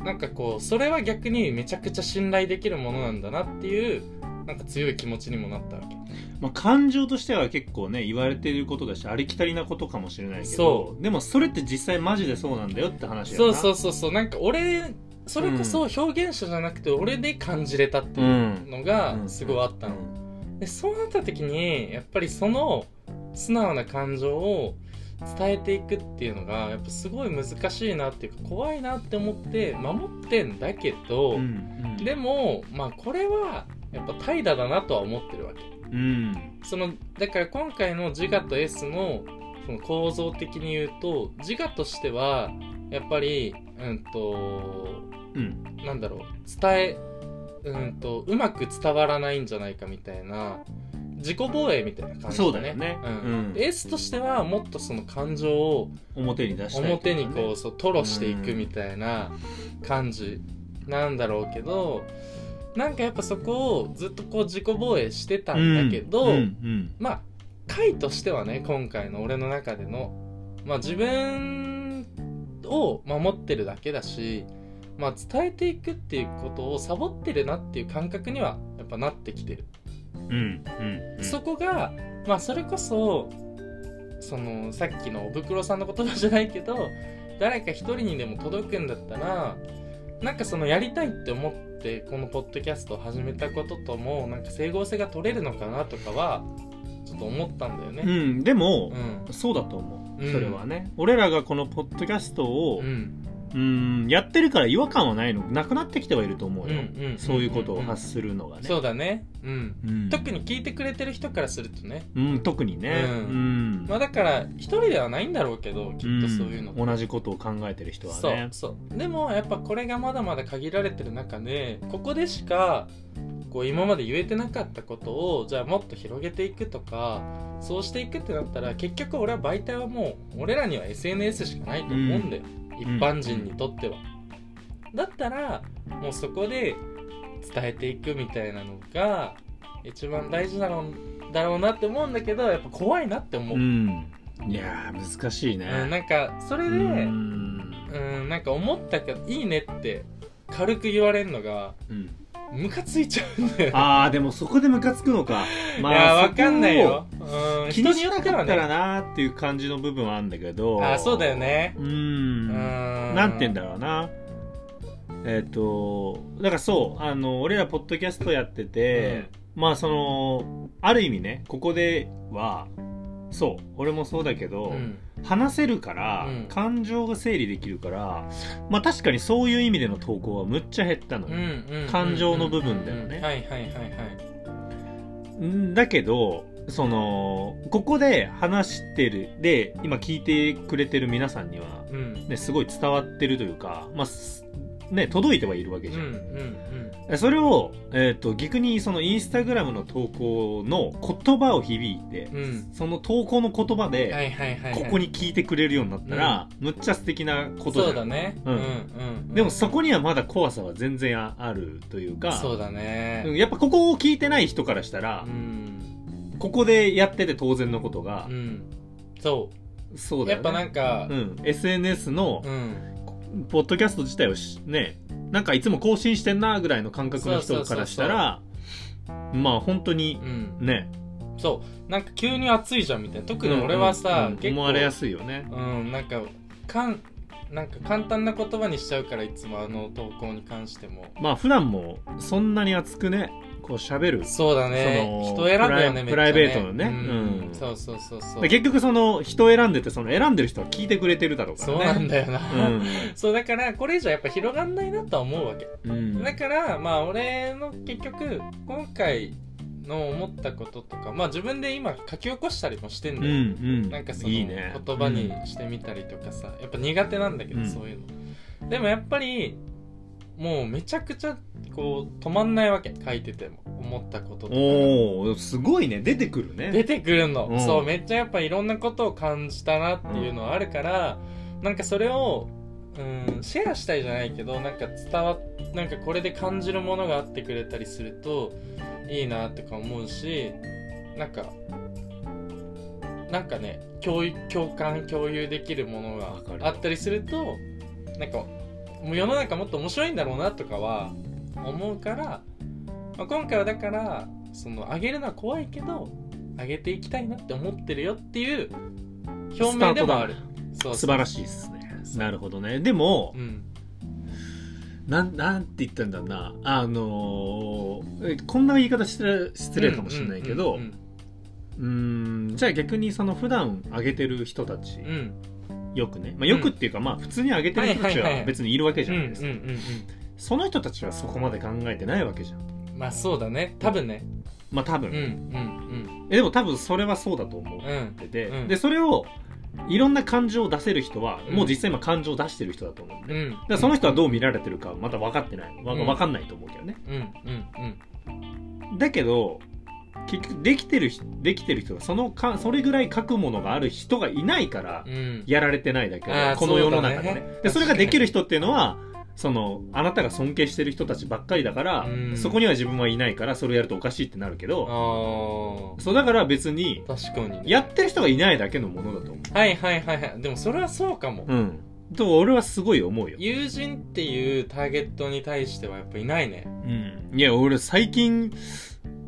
なんかこうそれは逆にめちゃくちゃ信頼できるものなんだなっていうなんか強い気持ちにもなったわけ。
まあ、感情としては結構ね言われていることだしありきたりなことかもしれないけ
そ
どでもそれって実際マジでそうなんだよって話だ
そ
よ
う
な
そうそうそうなんか俺それこそ表現者じゃなくて俺で感じれたって
う
いうんのがすごいあったの。でそうなった時にやっぱりその素直な感情を伝えていくっていうのがやっぱすごい難しいなっていうか怖いなって思って守ってんだけど、
うん
でもまあこれはやっぱ怠惰だなとは思ってるわけ
うん
そのだから今回の自我と S のその構造的に言うと自我としてはやっぱりうんと
うん
なんだろう伝えうんとうまく伝わらないんじゃないかみたいな自己防衛みたいな感じだね
そうだよね
うん
うん
で S としてはもっとその感情を
表に出したいとかね
表にこうそう吐露していくみたいな感じなんだろうけどなんかやっぱそこをずっとこう自己防衛してたんだけど、
うんうん
まあ回としてはね今回の俺の中での、まあ、自分を守ってるだけだしまあ、伝えていくっていうことをサボってるなっていう感覚にはやっぱなってきてる、
うんうんうん
そこが、まあ、それこそそのさっきのおぶくろさんの言葉じゃないけど誰か一人にでも届くんだったらなんかそのやりたいって思ってこのポッドキャストを始めたことともなんか整合性が取れるのかなとかはちょっと思ったんだよ
う
ね。
んでも、
うん
そうだと思う、
うん
それはね俺らがこのポッドキャストを、
う
うん
ん
ーん、やってるから違和感はないのなくなってきてはいると思うよ、
うんうん
そういうことを発するのがね、
そうだね、うん、
うん
特に聞いてくれてる人からするとね、
うん、特にね、
うん
うん
まあ、だから一人ではないんだろうけどきっとそういうのって、
ん同じことを考えてる人は
そう
ね
そうでもやっぱこれがまだまだ限られてる中でここでしかこう今まで言えてなかったことをじゃあもっと広げていくとかそうしていくってなったら結局俺は媒体はもう俺らには SNS しかないと思うんだよ、一般人にとっては、だったらもうそこで伝えていくみたいなのが一番大事なのだろうなって思うんだけどやっぱ怖いなって思う、
んいやー難しいね、
うんなんかそれ
う
で、
ん
うんなんか思ったけどいいねって軽く言われるのが
うん
ムカついちゃうんだよ
あーでもそこでムカつく のかま
いや
あ
わかんないよ、
そこ
うん、
を気にしな
人
か
は
ったら
ね
なーっていう感じの部分はあるんだけど
あそうだよね
う
うんん
なんて言うんだろうなえっ、とだからそうあの俺らポッドキャストやってて、まあそのある意味ねここではそう俺もそうだけど、
うん
話せるから、
うん
感情が整理できるからまあ確かにそういう意味での投稿はむっちゃ減ったの
うんう
よ、
んうんうん
感情の部分だよね
うんはいはいはいはい
んだけどそのここで話してるで今聞いてくれてる皆さんには、
うん
ね、すごい伝わってるというか、まあすね、届いてはいるわけ
うん
じ
う
ゃ
ん
ん、それを、えー、と逆にそのインスタグラムの投稿の言葉を響いて、
うんうん
その投稿の言葉
は
で
いはいはいはい
ここに聞いてくれるようになったら、むっちゃ素敵なことじゃん
そうだね
うん
うん
でもそこにはまだ怖さは全然ああるというか
そうだね
うんやっぱここを聞いてない人からしたら
う、ん
ここでやってて当然のことが
う、んそ
そう
う
だ
や
よ
っ
ね
ぱなんか
うん、SNS の
うん
ポッドキャスト自体をしねなんかいつも更新してんなぐらいの感覚の人からしたらまあ本当に
うん
ね、
そうなんか急に暑いじゃんみたいな特に俺は
う
さ、
んうん
結構
思われやすいよね
うんなんかかんなんか簡単な言葉にしちゃうからいつもあの投稿に関しても
まあ普段もそんなに熱くねこう喋る
そうだね
そ
人
の
選ぶよねめっちゃね
プライプライベートのね
うん
うん
そうそうそうそう
で結局その人選んでてその選んでる人は聞いてくれてるだろうから
そ
ね
うなんだよな、
う
そうだからこれ以上やっぱ広がんないなとは思うわけ、
んうん
だからまあ俺の結局今回の思ったこととかまあ自分で今書き起こしたりもしてん
うん
だ
う
よ、
ん
なんかその
いい
言
ね
葉にしてみたりとかさ、やっぱ苦手なんだけど、
うん
そういうのでもやっぱりもうめちゃくちゃこう止まんないわけ書いてても思ったこととかが
おおすごいね出てくる
出
ね
てくるの、
うん
そうめっちゃやっぱいろんなことを感じたなっていうのはあるから、なんかそれをうんシェアしたいじゃないけどなんか伝わっなんかこれで感じるものがあってくれたりするといいなとか思うしなんかなんかね共有共感共有できるもの
わかる
があったりするとなんかもう世の中もっと面白いんだろうなとかは思うから、まあ、今回はだからその上げるのは怖いけど上げていきたいなって思ってるよっていう表明でもあるそう
スタート
そう
だ素晴らしいですねなるほどねでも
うん
なんなんて言ったんだろうなあのーえこんな言い方したら失礼かもしれないけど
うんうん
うーんじゃあ逆にその普段上げてる人たち、
うんうん
よくね、まあ、よくっていうか、まあ普通に上げてる人たち
はいはい
は
はい
別にいるわけじ
う
ゃ
ん
な
う
い
ん
です
う
か
ん
その人たちはそこまで考えてないわけじゃん
うんまあそうだね多分ね
まあ多
う
分、
んうん
えでも多分それはそうだと思う
うんうん
ってて、
うん
でそれをいろんな感情を出せる人は、
うん
もう実際今感情を出してる人だと思うんで、
う
だ
ん
からその人はどう見られてるかはまだ分かってないわ
うん
分かんないと思うけどね、
うんうんうん
だけど結局できてる人できてる人がそのかそれぐらい書くものがある人がいないから
うん
やられてないだけで、
あー
この世の中で
そうだ
ね
ね
でそれができる人っていうのはそのあなたが尊敬してる人たちばっかりだから、
うん
そこには自分はいないからそれをやるとおかしいってなるけ
あ
ど
ー
そうだから別に
確かにね
やってる人がいないだけのものだと思う
はいはいはいはいでもそれはそうかも
うん、と俺はすごい思うよ、
友人っていうターゲットに対してはやっぱいないね
うん、いや俺最近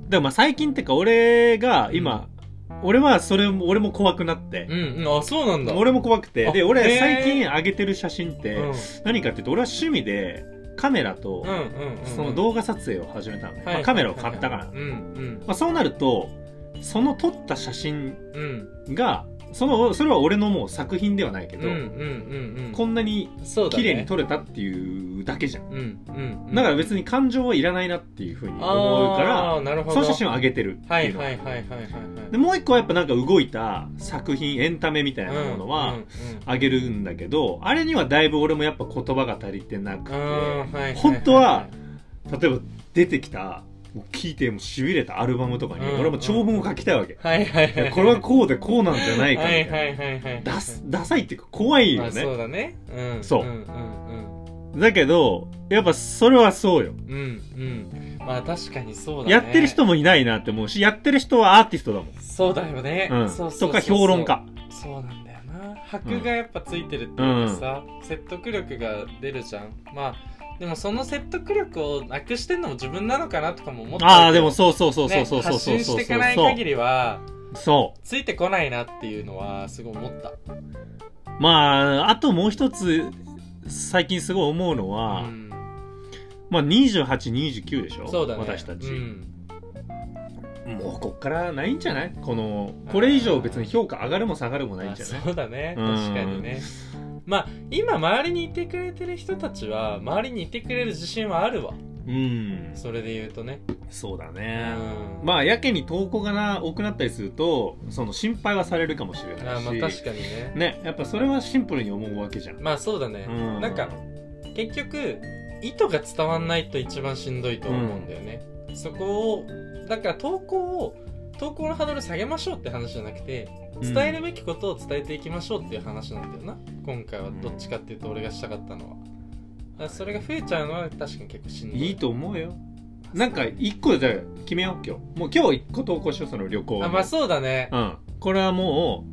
でもまあ最近ってか俺が今、俺はそれも俺も怖くなって
う、ん、うん、あそうなんだ
俺も怖くて
あ
で俺
へー
最近上げてる写真って、
うん
何かっていうと俺は趣味でカメラと、
うんうんうん
その動画撮影を始めたのね、
はい
まあ、カメラを買ったから、
うんうん
まあ、そうなるとその撮った写真
うん
がそのそれは俺のもう作品ではないけ
うんう
ど、
んうんうん
こんなに
そうだね
綺麗に撮れたっていうだけじゃん、
うんうんうん
だから別に感情はいらないなっていうふうに思うから
ああなるほど
その写真を上げてるって
はいいう
の
はいはいはいはいはい
でもう一個はやっぱなんか動いた作品エンタメみたいなもの
うん
は
うんうん
あげるんだけど、あれにはだいぶ俺もやっぱ言葉が足りてなくて、
あーはいはい
本当は例えば出てきたもう聞いてもしびれたアルバムとかに
うん
俺も長文を書きたいわけ、
はいはい
い
は
や
い
これはこうでこうなんじゃないかみたいな、
はいはいはいはいはい
ダスダサいっていうか怖いよ
あそ
ね
うだねうん
そう
うんうん
だけどやっぱそれはそうよ、
うんうんうんまあ確かにそうだね
やってる人もいないなって思うしやってる人はアーティストだもん
そうだよね
うん
そうそうそう
とか評論家
そうなんだよな箔がやっぱついてるっていうかさ、説得力が出るじゃんまあでもその説得力をなくしてんのも自分なのかなとかも思った
ああでも
そ
そうそうそう
う
そうそうそう
発
そう
信し
そう
てい
そ
か
う
ない限りは
そう
ついてこないなっていうのはすごい思った
まああともう一つ最近すごい思うのは、
うん、
まあ2829でしょ
そうだね
私たち、
うん
もうこっからないんじゃないこのこれ以上別に評価上がるも下がるもないんじゃない
あそうだね
うん
確かにねまあ今周りにいてくれてる人たちは周りにいてくれる自信はあるわ
うん
それで言うとね
そうだ
う
ね、
ん
まあやけに投稿がな多くなったりするとその心配はされるかもしれない
あ
し
まあ確かにね
ねやっぱそれはシンプルに思うわけじゃん、
まあそうだね、
うん
なんか結局意図が伝わんないと一番しんどいと思うんだよね、そこをだから投稿を投稿のハードル下げましょうって話じゃなくて伝えるべきことを伝えていきましょうっていう話なんだよな今回はどっちかっていうと俺がしたかったのはだからそれが増えちゃうのは確かに結構しんどい
いいと思うよなんか一個じゃあ決めよう今日もう今日一個投稿しようその旅行の
あまあそうだね
うん、これはも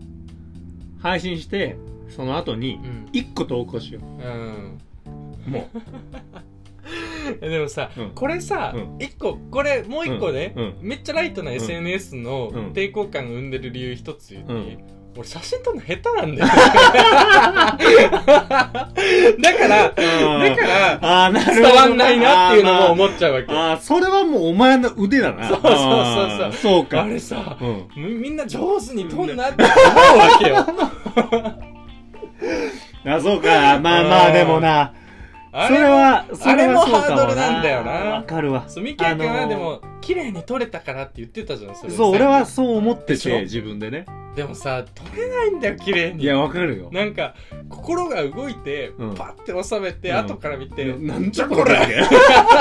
う配信してその後に
うん、
1個投稿しよ
うん、
うも
えでもさ、
うん
これさ、
うん
一個これもう一個ね、
うん うん
めっちゃライトな SNS の
うん
抵抗感を生んでる理由一つ言っていい、
う
俺写真撮るの下手なん だよだからだ
う
から
あーなるほど
伝わんないなっていうのも
っ
思っちゃうわけあ,、
あーそれはもうお前の腕だな
そうそうそうそう
あーそうか
れさ
うん
みみんな上手に撮んなって思うわけよ
あそうかまあま
あ
あ
ー
でもな
あ
それはそ
あれも
そうか
ハードルなんだよな
わかるわ
そうみきやくんは
あのー
でも綺麗に撮れたからって言ってたじゃんそれ
そう俺はそう思って
でしょ
て自分でね
でもさ撮れないんだよ綺麗に
いやわかるよ
なんか心が動いて
うん
パッて収めて、
うん
後から見て、
なんじゃこれ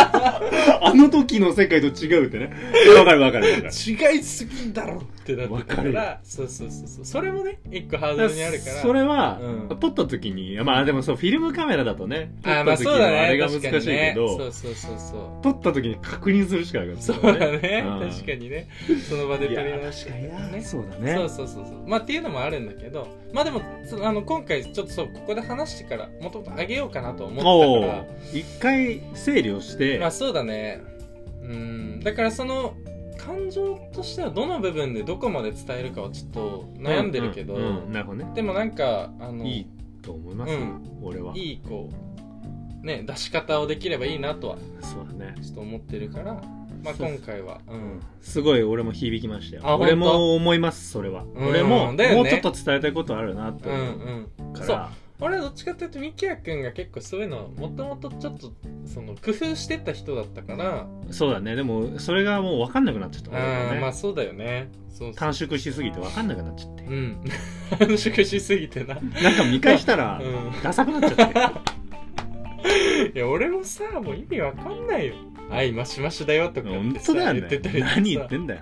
あの時の世界と違うってねわかるわかるわか
違
る
いすぎんだろってなってたか
わから
そうそうそうそうそれもね一個ハードルにあるから
それは、
うん
撮った時にまあでもそうフィルムカメラだとね
あ
撮っ
ーま
た
あ
時
そう
の
だ
あ
ね
れが難しい
確かにね
けど、
そうそうそうそ
撮った時に確認するしかなかった
うそうだね、
うん
確かにねその場で
いや
撮り直し
確かにな、
ね
そうだね
そうそうそうそうまあっていうのもあるんだけどまあでもそあの今回ちょっとそうここで話してからもともとあげようかなと思
お
ったから
ー一回整理をして、
まあそうだねうんだからその感情としてはどの部分でどこまで伝えるかはちょっと悩んでるけど、
ううんなるほどね
でもなんかあの
いいと思います、
うん
俺はい
いこうね出し方をできればいいなとは
そうだね
ちょっと思ってるからまあ
そう
今回はうん
すごい俺も響きました
あ
よ俺
本
も思いますそれは、
ん
俺も、
だよね
もうちょっと伝えたいことあるなと
うん
思
うん
うか
そう
ら、
俺はどっちかっていうとミキヤくんが結構そういうのもともとちょっとその工夫してた人だったから
そうだねでもそれがもう分かんなくなっちゃった、俺は
あ
ね
まあそうだよねそうそう
短縮しすぎて分かんなくなっちゃって
うん 短縮しすぎてな
なんか見返したら
うん
ダサくなっちゃって
いや俺もさもう意味わかんないよ愛マシマシだよとかっ
本
て
当
さ
だよ
言ってたり
ね
とかさ
何言ってんだよ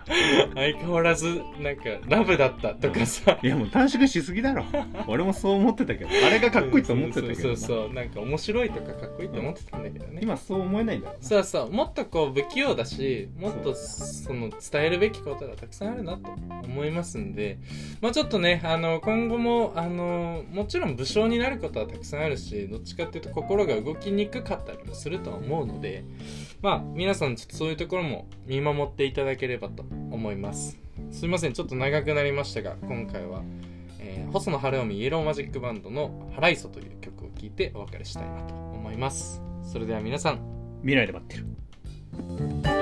相変わらずなんかラブだったとかさ
いやもう短縮しすぎだろ俺もそう思ってたけどあれがかっこいいと思ってたけどな
そうそうそうなんか面白いとかかっこいいと思ってたんだけどね、
今そう思えないんだろうな
そうそうもっとこう不器用だしもっと
そ
その伝えるべきことがたくさんあるなと思いますんでまあちょっとねあの今後もあのもちろん武将になることはたくさんあるしどっちかっていうと心が動きにくかったりもするとは思うのでまあ皆さんちょっとそういうところも見守っていただければと思いますすいませんちょっと長くなりましたが今回は、えー細野晴臣イエローマジックバンドの「ハライソ」という曲を聴いてお別れしたいなと思いますそれでは皆さん
未来で待ってる